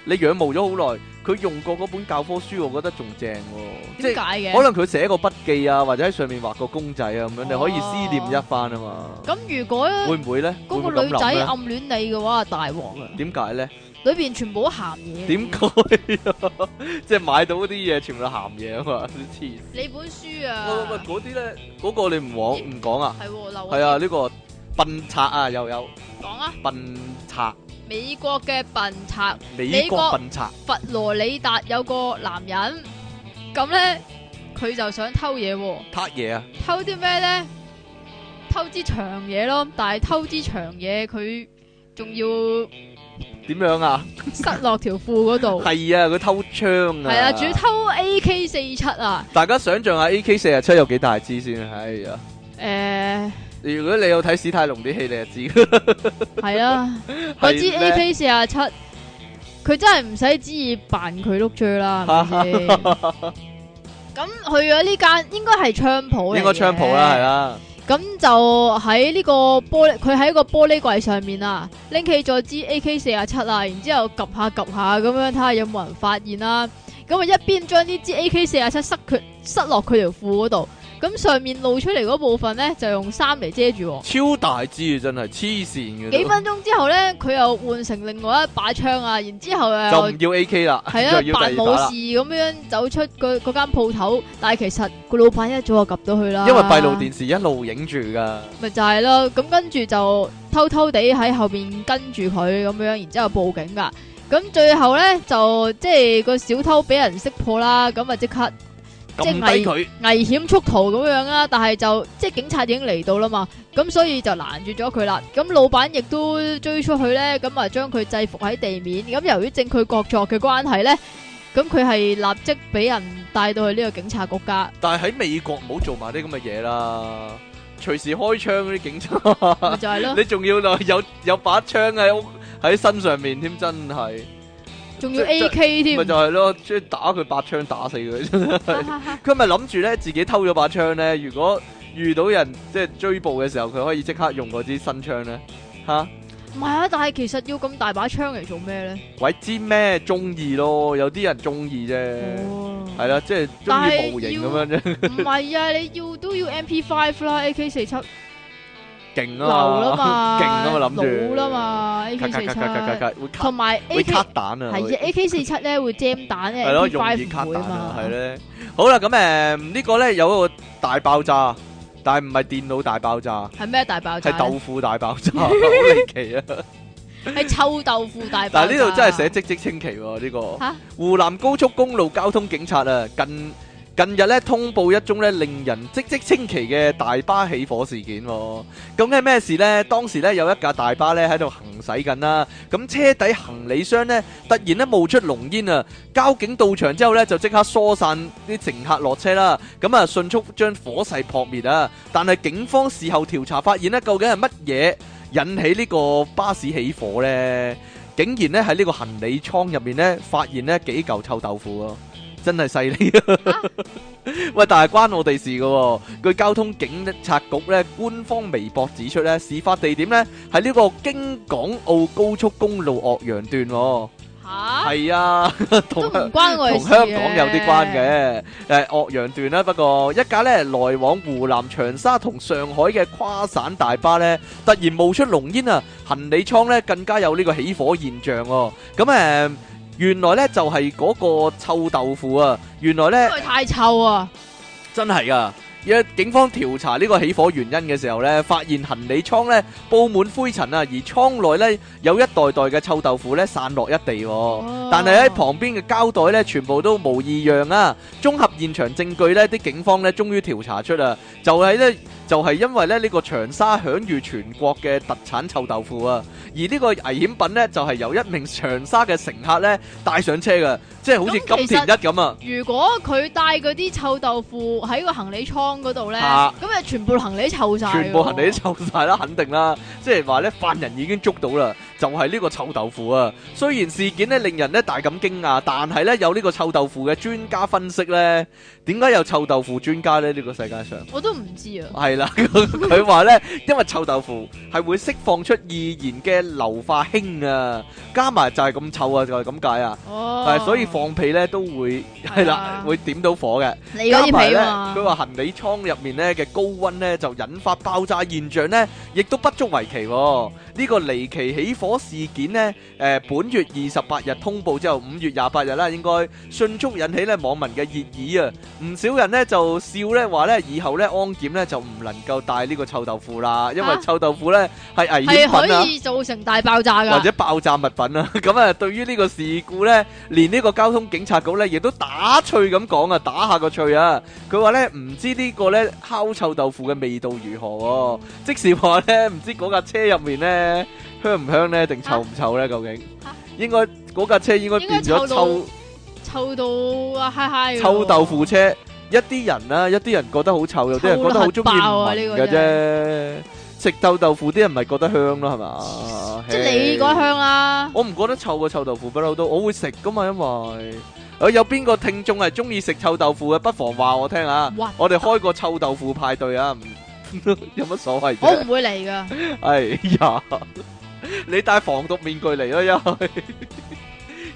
A: 你仰慕咗好耐，佢用過嗰本教科書，我覺得仲正喎，即
B: 點
A: 係
B: 解嘅？
A: 可能佢寫個筆記啊，或者喺上面畫個公仔啊咁樣，你可以
B: 哦
A: 思念一番啊嘛。
B: 咁如果
A: 會唔會咧？會
B: 嗰
A: 唔
B: 個
A: 會咁
B: 女仔
A: 諗咧
B: 暗戀你嘅話，大鑊啊！
A: 點解咧？
B: 裏邊全部都鹹嘢。
A: 點解啊？即係買到嗰啲嘢全部都鹹嘢啊嘛！黐線！
B: 你本書
A: 喂
B: 啊？
A: 喂喂，嗰啲咧，嗰個你唔講唔講啊？
B: 係喎，留
A: 係啊，呢個笨賊啊，又有
B: 講啊！
A: 笨賊，
B: 美國嘅笨賊
A: 美國笨賊
B: 佛羅里達有個男人，咁咧佢就想偷嘢喎。
A: 撻嘢啊！
B: 偷啲咩咧？偷支長嘢咯，但係偷支長嘢佢仲要
A: 點樣啊？
B: 塞落條褲
A: [laughs]
B: 嗰度，
A: 係啊，佢偷槍啊！
B: 係啊，仲要偷 A K 四七啊！
A: 大家想象下 AK 四十七有幾大支先？係啊！
B: 诶、
A: 如果你有睇史泰龍啲戲，你就知。
B: [laughs]
A: [laughs]
B: 係啊，嗰支
A: 係咩
B: A K 四廿七，佢真係唔使旨意扮佢碌
A: [laughs]
B: 追啦，係咪先咁去咗呢間應該係槍鋪嚟，
A: 應該槍鋪啦，係。啦，
B: 咁就喺呢個玻璃，佢喺個玻璃櫃上面啊，拎起咗支 AK 四廿七啊，然之後 𥄫 下 𥄫 下咁樣睇下有冇人發現啦、咁啊一邊將呢支 AK 四廿七塞佢塞落佢條褲嗰度，咁上面露出嚟嗰部分咧就用衫嚟遮住喎。
A: 超大支啊，真係黐線嘅
B: 幾
A: 都。
B: 分鐘之後咧，佢又換成另外一把槍啊，然之後
A: 就唔
B: 又
A: 要 A K 啦，[laughs]
B: 係
A: 就要
B: 啊
A: 第
B: 扮
A: 二
B: 冇
A: 把啦
B: 事。咁樣走出佢嗰間鋪頭，但係其實個老闆一早就及到佢啦。
A: 因為閉路電視一路影住㗎，
B: 咪就係咯，咁跟住就偷偷地喺後邊跟住佢咁樣，然之後報警噶。咁最後咧就即係個小偷俾人識破啦，咁啊即刻即
A: 撳
B: 係
A: 低佢，
B: 危險速逃咁樣啦。但係就即係警察已經嚟到啦嘛，咁所以就攔住咗佢啦。咁老闆亦都追出去咧，咁啊將佢制服喺地面。咁由於證據確鑿嘅關係咧，咁佢係立即俾人帶到去呢個警察局噶。
A: 但係喺美國唔好做埋啲咁嘅嘢啦，隨時開槍嗰啲警察，，
B: 咪就係
A: [laughs]
B: 咯
A: 你仲要有有把槍喺屋喺身上面添，真係
B: 仲要
A: 即
B: A K
A: 咪
B: 添
A: 就。係咯，即係打佢八槍打死佢。
B: [laughs]
A: [laughs] 佢咪諗住咧自己偷咗把槍咧，如果遇到人即係追捕嘅時候，佢可以即刻用嗰支新槍咧吓。
B: 唔係啊，但係其實要咁大把槍嚟做咩咧？
A: 鬼知咩中意咯，有啲人中意啫，
B: 哦，
A: 係啦，即係
B: 但係
A: 中意模型咁樣啫，
B: 唔係啊，你要都要 M P five 啦，A K 四七流
A: 勁
B: 啦
A: 啊
B: 嘛，
A: 哦 [laughs] 勁啊嘛諗住
B: 老啦嘛，A
A: 咔
B: K
A: 咔
B: 四
A: 咔咔咔
B: 七，
A: 咔，會卡
B: 同埋 A
A: 會
B: K
A: 卡
B: 係
A: 蛋啊，
B: 啊，A K 四七咧會 jam 蛋咧
A: 係咯，
B: ，M P
A: 容易
B: five
A: 卡
B: 唔會
A: 蛋
B: 啊
A: 啊，
B: 嘛
A: 係，咧。好啦，咁誒呢個咧有一個大爆炸，但係唔係電腦大爆炸，
B: 係咩大爆炸
A: 係
B: 呢？
A: 豆腐大爆
B: [laughs]
A: 炸，好離奇啊！
B: 係臭豆腐大爆炸。
A: 但係呢度真係寫即即清奇喎，呢個
B: 嚇
A: 湖南高速公路交通警察啊，近近日咧通報一宗咧令人即即清奇嘅大巴起火事件、喎。究竟係咩事呢？當時咧有一架大巴咧喺度行駛緊啦，咁車底行李箱咧突然咧冒出濃煙啊！交警到場之後咧就即刻疏散啲乘客落車啦，咁啊迅速將火勢撲滅啊！但係警方事後調查發現咧，究竟係乜嘢引起呢個巴士起火呢？竟然咧喺呢個行李倉入面咧，發現咧幾嚿臭豆腐咯，真係犀利啊！ [laughs] 喂，但係關我哋事嘅喎。據交通警察局咧官方微博指出咧，事發地點咧喺呢個京港澳高速公路岳陽段喎。
B: 嚇，
A: 係啊， [laughs]
B: 都
A: 同
B: 唔關我哋
A: 同
B: 事
A: 香港有啲關。嘅。誒岳陽段啦，不過一架咧來往湖南長沙同上海嘅跨省大巴咧，突然冒出濃煙啊！行李倉咧更加有呢個起火現象喎、咁誒、呃原來咧就係、嗰個臭豆腐啊！原來咧
B: 因為太臭啊！
A: 真係噶。一警方調查呢個起火原因嘅時候呢，發現行李倉呢佈滿灰塵啊，而倉內呢有一袋袋嘅臭豆腐呢散落一地、喎。哦但係
B: 哦
A: 喺旁邊嘅膠袋咧，全部都冇異樣啊！綜合現場證據咧，啲警方咧終於調查出啦，就係咧就係因為咧呢個長沙享譽全國嘅特產臭豆腐啊，而呢個危險品咧就係由一名長沙嘅乘客咧帶上車嘅，即係好似金
B: 咁其
A: 田
B: 實
A: 一咁啊！
B: 如果佢帶嗰啲臭豆腐喺個行李倉嗰度咧，
A: 啊
B: 咁啊全部行李臭晒
A: [laughs]
B: 喎。
A: 全部行李都臭晒啦，肯定啦，即係話咧犯人已經捉到啦，就係、呢個臭豆腐啊！雖然事件咧令人咧大感驚訝，但係咧有呢個臭豆腐嘅專家分析咧，點解有臭豆腐專家咧？呢、個世界上
B: 我都唔知啊。
A: 係啦， [laughs] 佢佢話咧，因為臭豆腐係會釋放出易燃嘅硫化氫啊，加埋就係咁臭啊，就係咁解啊，
B: 哦，
A: 係、所以放屁咧都會係啦，會點到火嘅。
B: 你嗰啲皮
A: 加埋呢，
B: 啊嘛，
A: 佢話行李倉入面呢嘅高溫呢，就引發爆炸現象呢，亦都不足為奇喎。呢個離奇起火事件呢，誒，本月28日通報之後，5月28日啦，應該迅速引起呢網民嘅熱議啊。唔少人呢就笑呢，話呢，以後呢，安檢呢就唔能夠帶呢個臭豆腐啦，因為
B: 啊？
A: 臭豆腐呢係危險
B: 係
A: 品啊。
B: 可以造成大爆炸
A: 或
B: 噶
A: 者。爆炸物品啊。 [laughs] 咁啊，對於呢個事故呢，連呢個交通警察局呢，亦都打趣咁講啊，打下個趣啊。佢話呢，唔知呢個呢烤臭豆腐嘅味道如何、喎，即是話呢，唔知嗰架車入面呢，香唔香呢？定臭唔臭呢？究竟
B: 啊
A: 應該嗰架車應該
B: 應
A: 變
B: 該
A: 咗
B: 臭到
A: 臭
B: 臭到啊嗨嗨㗎喎！
A: 臭豆腐車。一啲人啊啦、一啲人覺得好臭，有啲人覺得好中意
B: 臭到核爆啊呢
A: 聞
B: 個
A: 嘅啫。食臭豆腐啲人咪覺得香咯，係嘛？
B: 即係你
A: 嘿
B: 嗰香啦，
A: 我唔覺得臭過臭豆腐不嬲都，我會食噶嘛，因為誒有邊個聽眾係中意食臭豆腐嘅，不妨話我聽啊！
B: 哇！
A: 我哋開個臭豆腐派對啊，唔 [laughs] 有乜所謂
B: 我
A: 啫
B: 唔？會嚟噶，
A: 哎呀，你戴防毒面具嚟咯，因
B: [laughs]
A: 為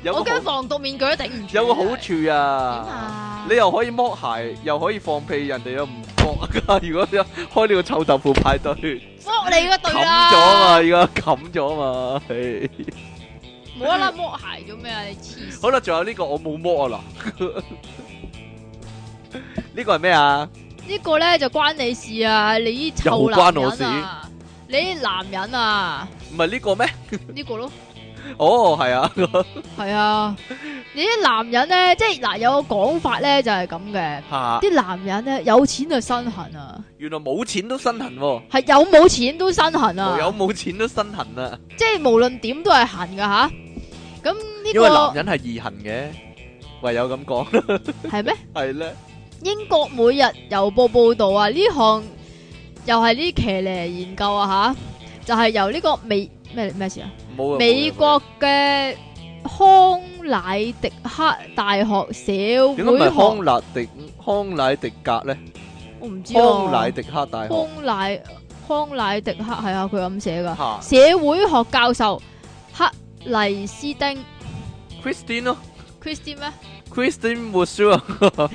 A: 有
B: 我
A: 個
B: 驚
A: 好
B: 防毒面具都頂唔住。啊
A: 有個好處
B: 點
A: 啊！
B: 啊？
A: 你又可以剝鞋，又可以放屁，人哋又唔 [laughs] 惡啊！如果你開呢個臭豆腐派對，
B: 剥你嗰
A: 冚
B: 對
A: 咗啊
B: 啦，
A: 嘛，而家冚咗啊嘛，唉
B: 冇啦啦剥鞋做咩啊？你黐線
A: 好啦，仲有呢個我冇摸啊嗱， [laughs] 呢個係咩啊？
B: 呢個咧就關你事啊！你呢臭
A: 又關
B: 男
A: 我事
B: 人啊，你呢男人啊，
A: 唔係呢個咩？ [laughs]
B: 呢個咯。
A: 哦，係啊，
B: 系啊，你啲男人咧，即系嗱有個講法咧就係咁嘅，
A: 吓，
B: 啲男人咧有錢就身痕啊，
A: 原來冇錢都身痕喎，
B: 係有冇錢都身痕啊，
A: 哦有冇錢都身痕啊，
B: 即係無論點都係痕噶吓。咁呢
A: 因為男
B: 個
A: 人係易痕嘅，唯有咁講， [laughs]
B: 係咩？
A: 係咧，
B: 英國每日郵報報導啊，呢項又係呢騎呢研究啊吓，就係由呢個美咩咩事啊？
A: 冇啊，
B: 美
A: 國
B: 國嘅康乃迪克大學社
A: 點解唔
B: 會
A: 係
B: 學，
A: 康納迪康乃迪格咧？
B: 我唔知啊
A: 康乃迪克大學
B: 康乃康乃迪克係啊，佢咁寫噶。
A: 吓
B: 社會學教授克黎斯丁
A: Christine 咯
B: Christie 咩？
A: ，Christine w o o s h
B: [laughs]
A: u 啊，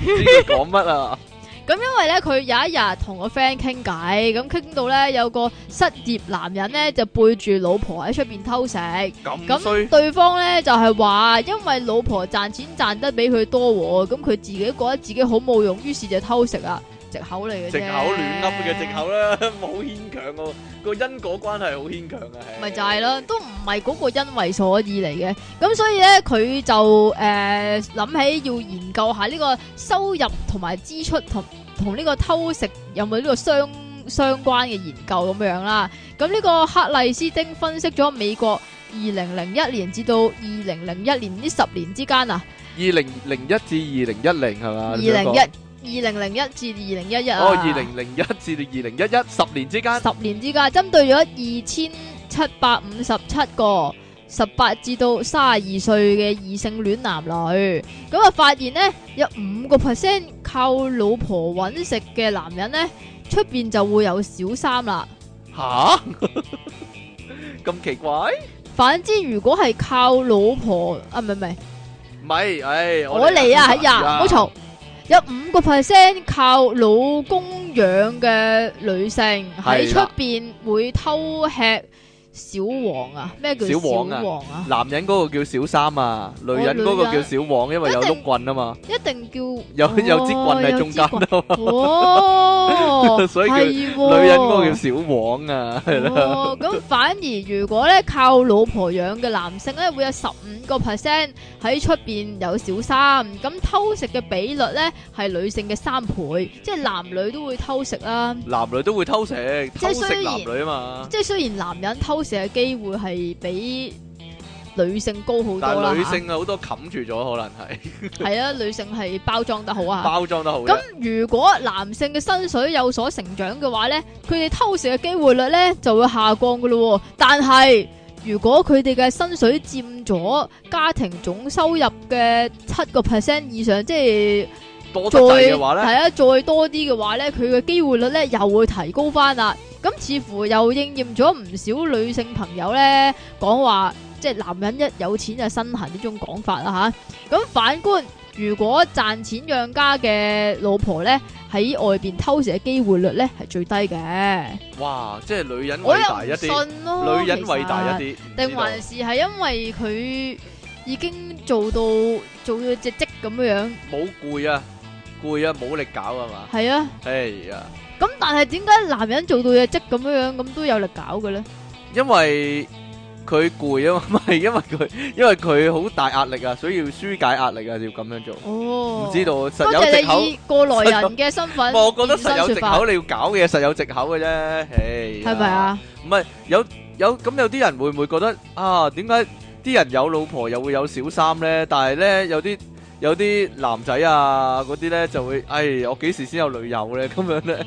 A: 知佢講乜啊？
B: 咁因為咧，佢有一日同個 friend 傾偈，咁傾到咧有個失業男人咧就背住老婆喺出邊偷食，
A: 咁衰
B: 咁。對方咧就係話因為老婆賺錢賺得比佢多喎，咁佢自己覺得自己好冇用，於是就偷食啊，藉口嚟嘅啫。
A: 藉口
B: dạ.
A: 亂噏嘅藉。口啦，冇牽強喎，個因果關係好牽強啊，係
B: 咪就係咯，都唔係嗰個因為所以嚟嘅，咁所以咧佢就誒諗、起要研究下呢個收入同埋支出同同呢個偷食有冇呢個相相關嘅研究咁樣啦。咁呢個克麗斯丁分析咗美國二零零一年至到二零零一年呢十年之間啊，
A: 二零零一至二零一零係嘛？
B: 二
A: 你想
B: 零
A: 講
B: 一。二零零一至二零一一啊，
A: 啊哦，二零零一至到二零一一十年之間，
B: 十年之間，針對咗二千七百五十七個十八至到三十二歲嘅異性戀男女，咁啊發現呢，有五個 percent 靠老婆揾食嘅男人呢，出邊就會有小三啦。
A: [laughs] 吓咁奇怪？
B: 反之，如果係靠老婆啊，唔係唔係，
A: 唔係，唉，
B: 我嚟啊，哎
A: dạ.
B: 呀，唔好嘈。有五個 percent 靠老公養嘅女性喺
A: 係
B: 出
A: 啦
B: 邊會偷吃小王啊？咩叫
A: 小
B: 小
A: 王啊
B: 王啊？
A: 男人嗰個叫小三啊，女人嗰個叫小王，因為有碌棍啊嘛，
B: 一定叫
A: 有有支棍喺中間啊嘛。[laughs]
B: 哦，
A: 所以叫
B: 係喎
A: 女人嗰個叫小王啊，係啦，
B: 哦咁反而如果咧靠老婆養嘅男性咧，會有十五個 percent 喺出邊有小三，咁偷食嘅比率咧係女性嘅三倍，即係男女都會偷食啦。
A: 男女都會偷食，偷
B: 係
A: 食
B: 雖
A: 男
B: 然
A: 女啊嘛，
B: 即係雖然男人偷食嘅機會係比女性高好
A: 但
B: 多啦，
A: 係女性好多冚住咗，可能係
B: 係啊，女性係包裝得好啊。
A: 包裝得好啫
B: 咁如果男性嘅薪水有所成長嘅話呢，佢哋偷食嘅機會率呢就會下降噶咯喎。但係如果佢哋嘅薪水佔咗家庭總收入嘅七個 percent 以上，即係
A: 多得
B: 再
A: 滯嘅話咧。
B: 係啊，再多啲嘅話呢，佢嘅機會率呢又會提高翻啦。咁似乎又應驗咗唔少女性朋友呢講話，即係男人一有錢就身痕呢種講法啦吓。咁反觀，如果賺錢養家嘅老婆呢，喺外邊偷食嘅機會率呢係最低嘅。
A: 哇！即係女人
B: 我
A: 偉
B: 又
A: 大一
B: 唔
A: 啲，
B: 信咯，
A: 女人
B: 其實
A: 偉大一啲，唔知
B: 定
A: 道
B: 還是係因為佢已經做到做到隻積咁樣樣？
A: 冇攰啊，攰啊，冇力搞啊嘛。 [laughs]
B: 係啊。
A: 哎呀，
B: 咁但系点解男人做到嘢即咁样样咁都有力搞嘅咧？
A: 因為佢攰啊嘛，唔係因為佢，因為佢好大壓力啊，所以要舒解壓力啊，要咁樣做。
B: 哦，
A: 唔知道，
B: 多
A: 實有
B: 謝
A: 藉
B: 你
A: 口。
B: 以過來
A: [laughs]
B: 人嘅身份，
A: 我覺得實有藉
B: 現身說
A: 口，你要搞嘅嘢實有藉口嘅啫。唉，
B: 法，係咪？啊？
A: 唔係有有咁有啲人會唔會覺得啊？點解啲人有老婆又會有小三咧？但係咧有啲有啲男仔啊嗰啲咧就會，唉，我幾時先有女友咧？咁樣咧，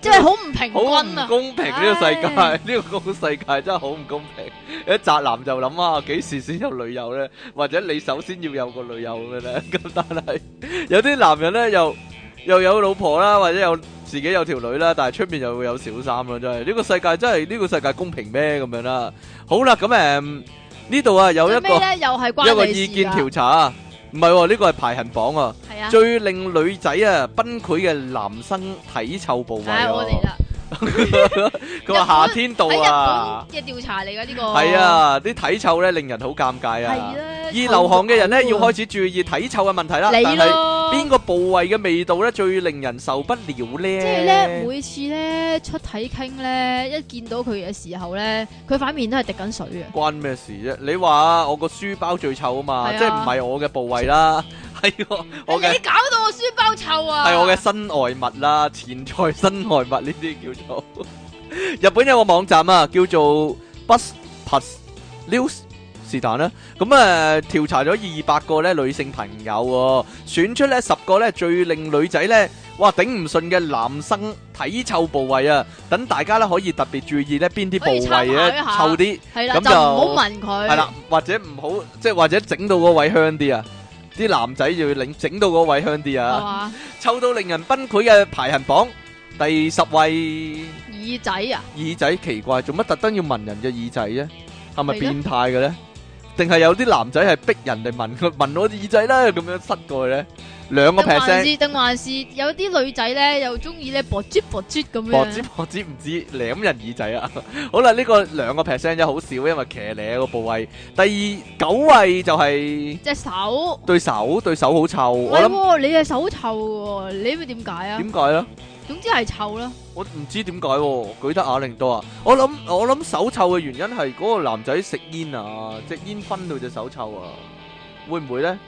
B: 即係好唔平
A: 好唔
B: 均啊！
A: 公平呢個世界，
B: 唉
A: 呢個世界真係好唔公平。一宅男就諗啊，幾時先有女友咧？或者你首先要有個女友咁樣咧？ [laughs] 咁但係有啲男人咧又又有老婆啦，或者有自己有條女啦，但係出面又會有小三啦，真係呢個世界真係呢個世界公平咩咁樣啦？好啦，咁誒呢度啊有一
B: 最
A: 個
B: 尾咧又係
A: 一個
B: 關你
A: 意
B: 事
A: 見
B: 啊！
A: 調查啊，唔係喎，呢個係排行榜啊，
B: 系啊，
A: 最令女仔啊崩潰嘅男生體臭部位啊
B: 唉，我嚟
A: 喎。
B: 啦，
A: 佢話夏天到
B: 喺
A: 啊
B: 日，本嘅調查嚟噶呢個，
A: 係，啊，啲體臭咧令人好尷尬啊
B: 係。啦，
A: 而流汗嘅人咧要開
B: 始
A: 始注意體臭嘅問題啦。
B: 你
A: 但係
B: 咯，
A: 邊個部位嘅味道咧最令人受不了咧？
B: 即係咧每次咧出體傾咧，一見到佢嘅時候咧，佢塊面都係滴緊水嘅。
A: 關咩事啫？你話我個書包最臭啊嘛，
B: 係啊
A: 即係唔係我嘅部位啦，係我我嘅
B: 你搞到我書包臭 [laughs] 啊！
A: 係我嘅身外物啦，錢財身外物呢啲叫做。日本有個網站啊，叫做 Bus Plus News 是但啦。咁誒、呃、調查咗二百個咧女性朋友喎、選出咧十個咧最令女仔咧哇頂唔順嘅男生體臭部位啊，等大家咧可以特別注意咧邊啲部位
B: 可以參考
A: 咧
B: 一下
A: 臭啲。
B: 係啦，
A: 咁
B: 就
A: 就
B: 唔好問佢。
A: 系啦，，或者唔好，即系或者整到嗰位香啲啊！啲男仔就要整整到嗰位香啲
B: 係
A: 啊！
B: 嘛？
A: 臭到令人崩潰嘅排行榜第十位
B: 耳仔啊，
A: 耳仔奇怪，做乜特登要聞人嘅耳仔啫？係咪
B: 係咯
A: 變態嘅咧？定係有啲男仔係逼人哋聞佢 [laughs] 聞我耳仔啦，咁樣塞過去咧，兩個
B: 定還
A: percent。
B: 是定還是有啲女仔咧又中意咧薄啜薄啜咁
A: 我知 [laughs]
B: 樣。
A: 我知唔知舐人耳仔啊！ [laughs] 好啦，呢、個兩個 percent 啫，好少，因為騎呢個部位。第二九位就係
B: 隻手，
A: 對手，對手好臭。
B: 唔
A: 我
B: 係
A: 諗。
B: 喎，你隻手臭喎，你咪點解啊？
A: 點解咧？
B: 總之係臭啦，
A: 我唔知點解喎，舉得啞鈴多啊！我諗我諗手臭嘅原因係嗰個男仔食煙啊，隻煙熏到隻手臭啊，會唔會咧？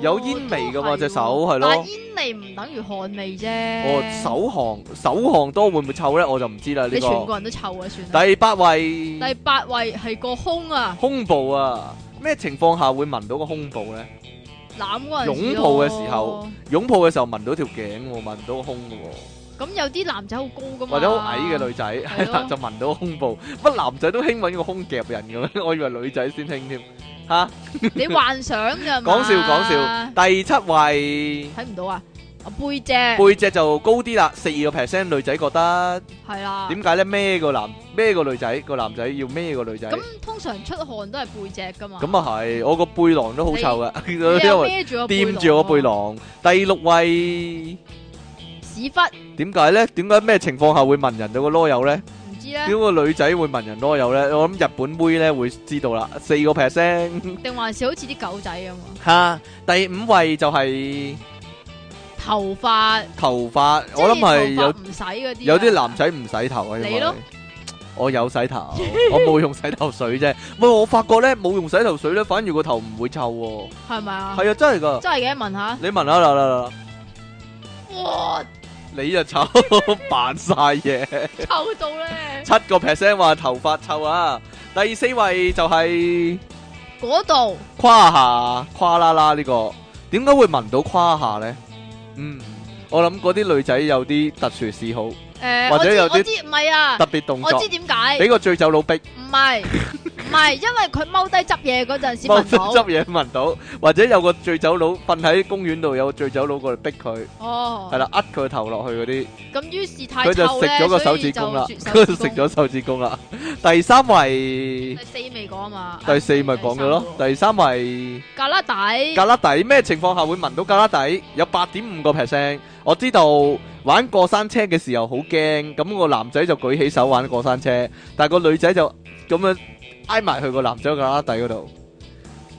A: 有煙味㗎嘛
B: 哦都係
A: 隻手係咯
B: 但係煙味唔等於汗味啫。
A: 哦，手汗手汗多會唔會臭咧？我就唔知啦呢
B: 你全
A: 個。
B: 個人都臭啊，算啦。
A: 第八位
B: 第八位係個胸啊，
A: 胸部啊，咩情況下會聞到個胸部咧？
B: 攬嗰陣時
A: 擁抱嘅時候擁抱嘅時候聞到條頸喎，聞唔到個胸嘅喎，
B: 咯，咁有啲男仔好高噶嘛，
A: 或者好矮嘅女仔係啦，
B: 咯
A: [laughs] 就聞到個胸部。乜男仔都興揾個胸夾人嘅咩？我以為女仔先興添吓。
B: 你幻想㗎嘛？
A: 講笑講笑，第七位
B: 睇唔到啊，啊背脊 [laughs]
A: 背脊就高啲啦，四個 percent 女仔覺得
B: 係啦。
A: 點解咧？孭個男孭個女仔，個男仔要孭個女仔，
B: 咁通常出汗都係背脊㗎嘛？
A: 咁啊係，我個背囊都好臭噶， [laughs] 因
B: 你又
A: 為
B: 孭住個背
A: 掂
B: 囊
A: 住我
B: 啊
A: 背，囊。第六位
B: 屎忽
A: 點解咧？點解咩情況下會聞人到個啰柚咧？
B: 唔知咧
A: 點，個女仔會聞人啰柚咧？我諗日本妹咧會知道啦，四個 [laughs] percent
B: 定還是好似啲狗仔咁啊？
A: 嚇。第五位就係
B: 頭髮，
A: 頭髮，我諗
B: 即係
A: 係有
B: 頭髮唔使嗰啲啊，
A: 有啲男仔唔洗頭啊，
B: 你
A: 因為
B: 咯
A: 我有洗頭，
B: [laughs]
A: 我冇用洗頭水啫。喂，我發覺咧冇用洗頭水咧，反而個頭唔會臭喎。
B: 係咪啊？
A: 係啊，真係噶，
B: 真係嘅，問下。
A: 你啊聞下啦啦啦，
B: 哇，
A: [laughs] 你就
B: [laughs]
A: 臭扮晒嘢。
B: 臭到咧！
A: 七個 percent 話頭髮臭啊。第四位就係
B: 嗰度
A: 胯下胯啦啦呢個，點解會聞到胯下咧？嗯，我諗嗰啲女仔有啲特殊嗜好，
B: 誒，
A: 或
B: 我
A: 者
B: 知
A: 有啲
B: 我知，唔係啊
A: 特，別動
B: 我
A: 作
B: 知，點解，
A: 俾個醉酒佬逼。
B: 唔
A: [laughs]
B: 係唔係，因為佢踎低執嘢嗰陣時
A: 踎
B: 聞
A: 低
B: 到，
A: 執嘢聞到，或者有個醉酒佬瞓喺公園度，有個醉酒佬過嚟逼佢，
B: 哦，
A: 係啦，呃佢頭落去嗰啲，
B: 咁於是太
A: 佢就
B: 臭
A: 食
B: 咧，
A: 咗個手
B: 所以
A: 指
B: 就
A: 公啦，
B: 絕
A: 佢
B: 手
A: 就
B: 指
A: 食 [laughs]
B: 公
A: 咗手指公啦。第三位
B: 第，四未講啊嘛，
A: 第四咪講咗咯，第三位
B: 格拉底
A: 格拉底咩情況下會聞到格拉底？有八點五個 percent，我知道玩過山車嘅時候好驚，咁個男仔就舉起手玩過山車，但係個女仔就咁樣挨埋去個男仔個格拉底嗰度，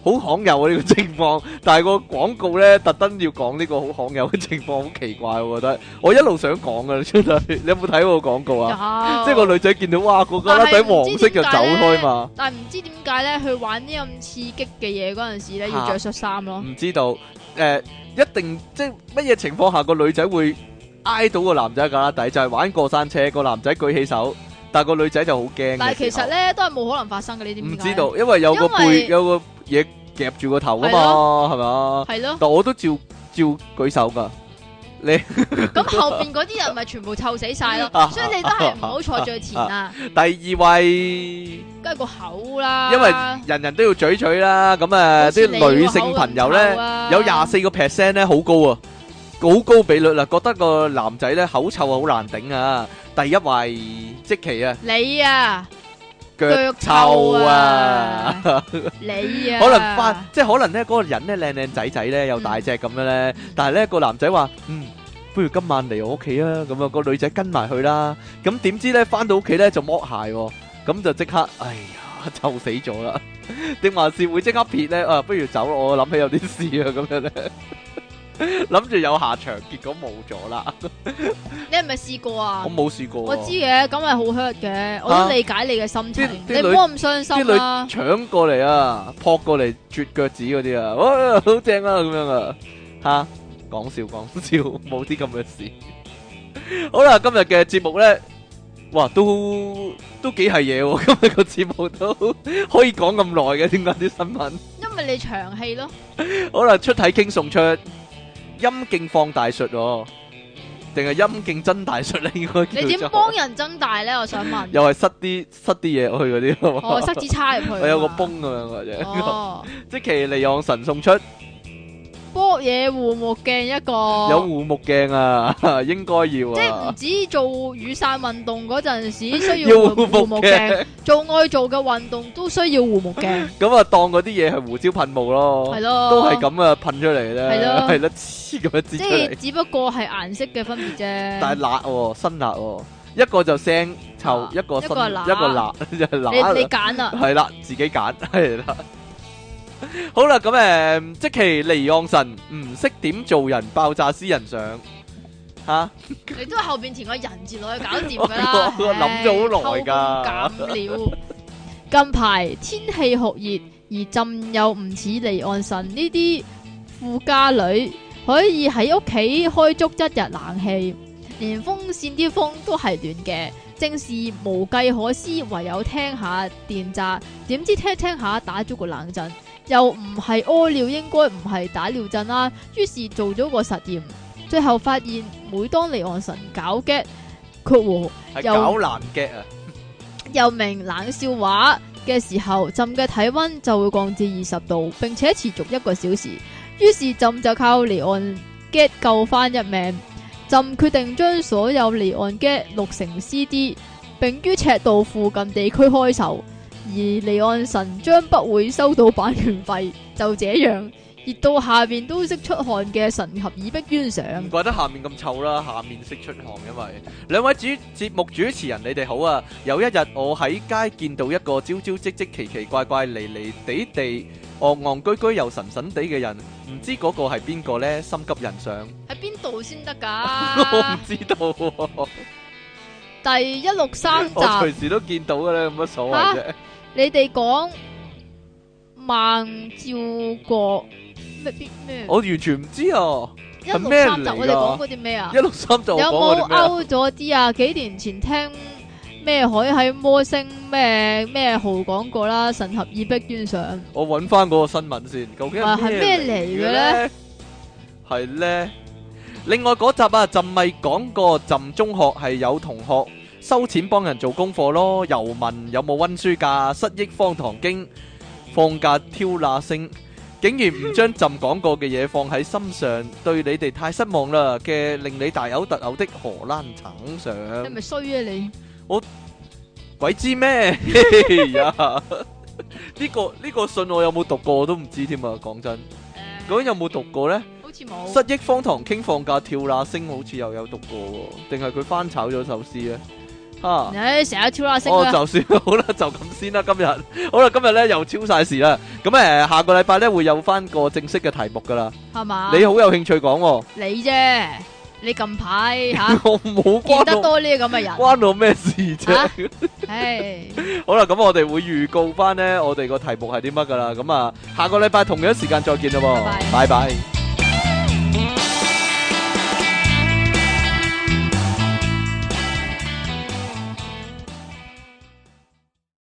A: 好罕有啊呢、個情況。但係個廣告呢，特登要講呢個好罕有嘅情況，好奇怪我覺得。我一路想講噶，真係你有冇睇過個廣告啊？
B: 有，
A: 即係個女仔見到哇個格拉底
B: 但係
A: 黃
B: 唔知
A: 色就
B: 點
A: 走
B: 解呢
A: 開嘛。
B: 但係唔知點解咧，去玩啲咁刺激嘅嘢嗰陣時咧，
A: 嚇
B: 要着恤衫咯。
A: 唔知道，誒、一定即係乜嘢情況下個女仔會挨到個男仔架啦底，就係、玩過山車，個男仔舉起手，但係個女仔就好驚嘅時候。
B: 但係其實咧都係冇可能發生嘅呢啲，
A: 唔知道，因為有個
B: 因
A: 背
B: 為
A: 有個嘢夾住個頭啊嘛，係嘛？
B: 係
A: [laughs]
B: 咯。
A: 但我都照照舉手㗎，，
B: 咁後邊嗰啲人咪全部臭死晒咯所以你都係唔好坐最前
A: [laughs] [laughs]
B: 啊，
A: 第二位。
B: 梗係個口啦。
A: 因為人人都要嘴嘴啦，咁啊
B: 好似
A: 啲
B: 你個口
A: 女性朋友
B: 咁
A: 咧
B: 臭啊
A: 有廿四個 percent 咧好高啊，好高比率啦，覺得個男仔咧口臭啊好難頂啊。第一位即期啊，
B: 你啊，
A: 腳臭啊！ [laughs]
B: 你啊，
A: 可能翻，即係可能咧，嗰個人咧靚靚仔仔咧，又大隻咁樣咧，但係咧個男仔話，嗯，不如今晚嚟我屋企啊，咁啊個女仔跟埋去啦，咁點知咧翻到屋企咧就剝鞋喎，咁就即刻，哎呀， [laughs] 臭死咗啦！定還是會即刻撇咧？啊，不如走咯，我諗起有啲事啊，咁樣咧，諗住有下場，結果冇咗啦，
B: 你係咪試過啊
A: 我？冇試過
B: 我
A: 喎。
B: 知嘅，咁係好 hurt 嘅，我都理解你嘅心
A: 啲
B: 情，
A: 啲
B: 你
A: 女
B: 唔好咁傷心啊
A: [laughs] [laughs]
B: 啦。
A: 啲女搶過嚟啊，撲過嚟啜腳趾嗰啲啊，哇，好正啊，咁樣啊。吓，講笑，講笑，冇啲咁嘅事。好啦，今日嘅節目呢，哇，都- [laughs] 都幾係嘢喎，今日個節目都 [laughs] [laughs] 可以講咁耐
B: 因為你長氣咯，
A: 嘅，點解啲新聞？好啦，出體傾送出，陰莖放大術喎，定係陰莖增大術呢？應該叫 [laughs]
B: 你點
A: 做。
B: 幫人增大咧？我想
A: [laughs]
B: 問。
A: 又係塞啲-塞啲嘢落去嗰啲啊嘛。
B: 哦，塞
A: [laughs]
B: 支叉入去。
A: 我有個泵咁樣嘅啫。
B: 哦，
A: [laughs] 即其利昂神送出
B: 波嘢護目鏡一個。
A: 有護目鏡 [laughs] 啊，應該
B: 即
A: 要啊，
B: 係唔止做雨傘運動嗰
A: [laughs]
B: 陣時需
A: 要
B: 要
A: 護
B: 護
A: 目
B: 護目
A: 鏡
B: 鏡，
A: [laughs]
B: 做愛做嘅運動都需要護目鏡，
A: 咁啊當嗰啲嘢係胡椒噴霧咯
B: 係，咯，
A: 哦都係，咁啊噴出嚟咧，[laughs]
B: 係咯
A: 係咯，黐咁樣擠
B: 即
A: 出嚟
B: 係，只不過係顏色嘅分別啫。
A: 但係辣喎，辛辣喎，一個就腥臭
B: 啊，
A: 一個
B: 一
A: 辛，
B: 個辣
A: 一個 [laughs] 辣，就係辣
B: 你你
A: 啦，
B: 揀啊啦，
A: 係啦，自己 [laughs] 揀，係啦。好啦，咁誒，即其利昂神唔識點做人，爆炸私人相嚇。
B: 你都係後邊填個人字落去搞掂㗎啦
A: [laughs]。
B: 哎
A: 我諗咗好耐㗎
B: 唉偷工減料。近排天氣酷熱，而朕又唔似離岸神呢啲富家女，可以喺屋企開足一日冷氣，連風扇啲風都係暖嘅。正是無計可施，唯有聽下電炸。點知聽聽下打咗個冷震，又唔係屙尿，應該唔係打尿震啦。於是做咗個實驗，最後發現每當離岸神搞 get，括弧
A: 係
B: 又
A: 搞難 get 啊！
B: 又名冷笑話嘅時候，浸嘅體温就會降至二十度，並且持續一個小時。於是浸就靠離岸 get 救翻一命。浸決定將所有離岸 get 錄成 CD，並於赤道附近地區開售。而離岸神將不會收到版權費。就這樣，熱到下邊都識出汗嘅神合以逼冤上。
A: 唔怪得下面咁臭啦，下面識出汗，因為兩位主節目主持人，你哋好啊！有一日我喺街見到一個朝朝積積、奇奇怪怪、離離地地、戇戇居居又神神地嘅人，唔知嗰個係邊個呢？心急人上，
B: 喺邊度先得
A: 我唔 [laughs]
B: 㗎？
A: 知道喎、
B: 第一六三集
A: 我。隨時都見到嘅咧，有乜所謂啫？
B: 你哋講孟照國咩邊咩？
A: 我完全唔知啊！
B: 一
A: 係咩
B: 六三集
A: 嚟㗎
B: 我哋講嗰啲咩啊
A: 一？六三就我
B: 有
A: 講我
B: 冇
A: 哋咩啊？
B: 勾咗啲啊？幾年前聽咩海喺魔星咩咩號講過啦，神合以逼冤上。
A: 我揾翻嗰個新聞先，究竟
B: 哇
A: 係
B: 係
A: 咩
B: 咩
A: 嚟
B: 嚟
A: 嘅
B: 嘅
A: 咧
B: 咧？
A: 係咧。另外嗰集啊，朕咪講過，朕中學係有同學收錢幫人做功課咯，又問有冇温書㗎，失憶方唐經，放假挑那星。竟然唔將朕講過嘅嘢放喺心上，對你哋太失望啦嘅令你大嘔特嘔的荷蘭橙 [laughs]
B: 你
A: 上。
B: 咪衰啊你！
A: 鬼知咩？哎呀呢個呢個信我有冇讀過我都唔知添啊！講真，究竟有冇讀過呢？
B: 好似冇
A: 失憶荒唐傾放假跳那星好似又有讀過喎，定係佢翻炒咗首詩呢？嚇、
B: 唉，成日跳下星
A: 哦，
B: 啦，
A: 就算好啦，就咁先啦。今日 [laughs] 好啦，今日呢又超晒時啦。咁誒、呃下個禮拜呢會有翻個正式嘅題目噶啦。
B: 係嘛？
A: 你好有興趣講喎、
B: 你啫，你近排
A: [laughs]
B: 吓
A: 我冇
B: 見
A: 關
B: 得
A: 我
B: 多呢啲咁嘅人，
A: 關我咩事啫？
B: 啊唉，
A: 好啦，咁我哋會預告翻呢，我哋個題目係啲乜噶啦。咁啊，下個禮拜同樣時間再見啦喎，
B: 拜拜
A: 拜拜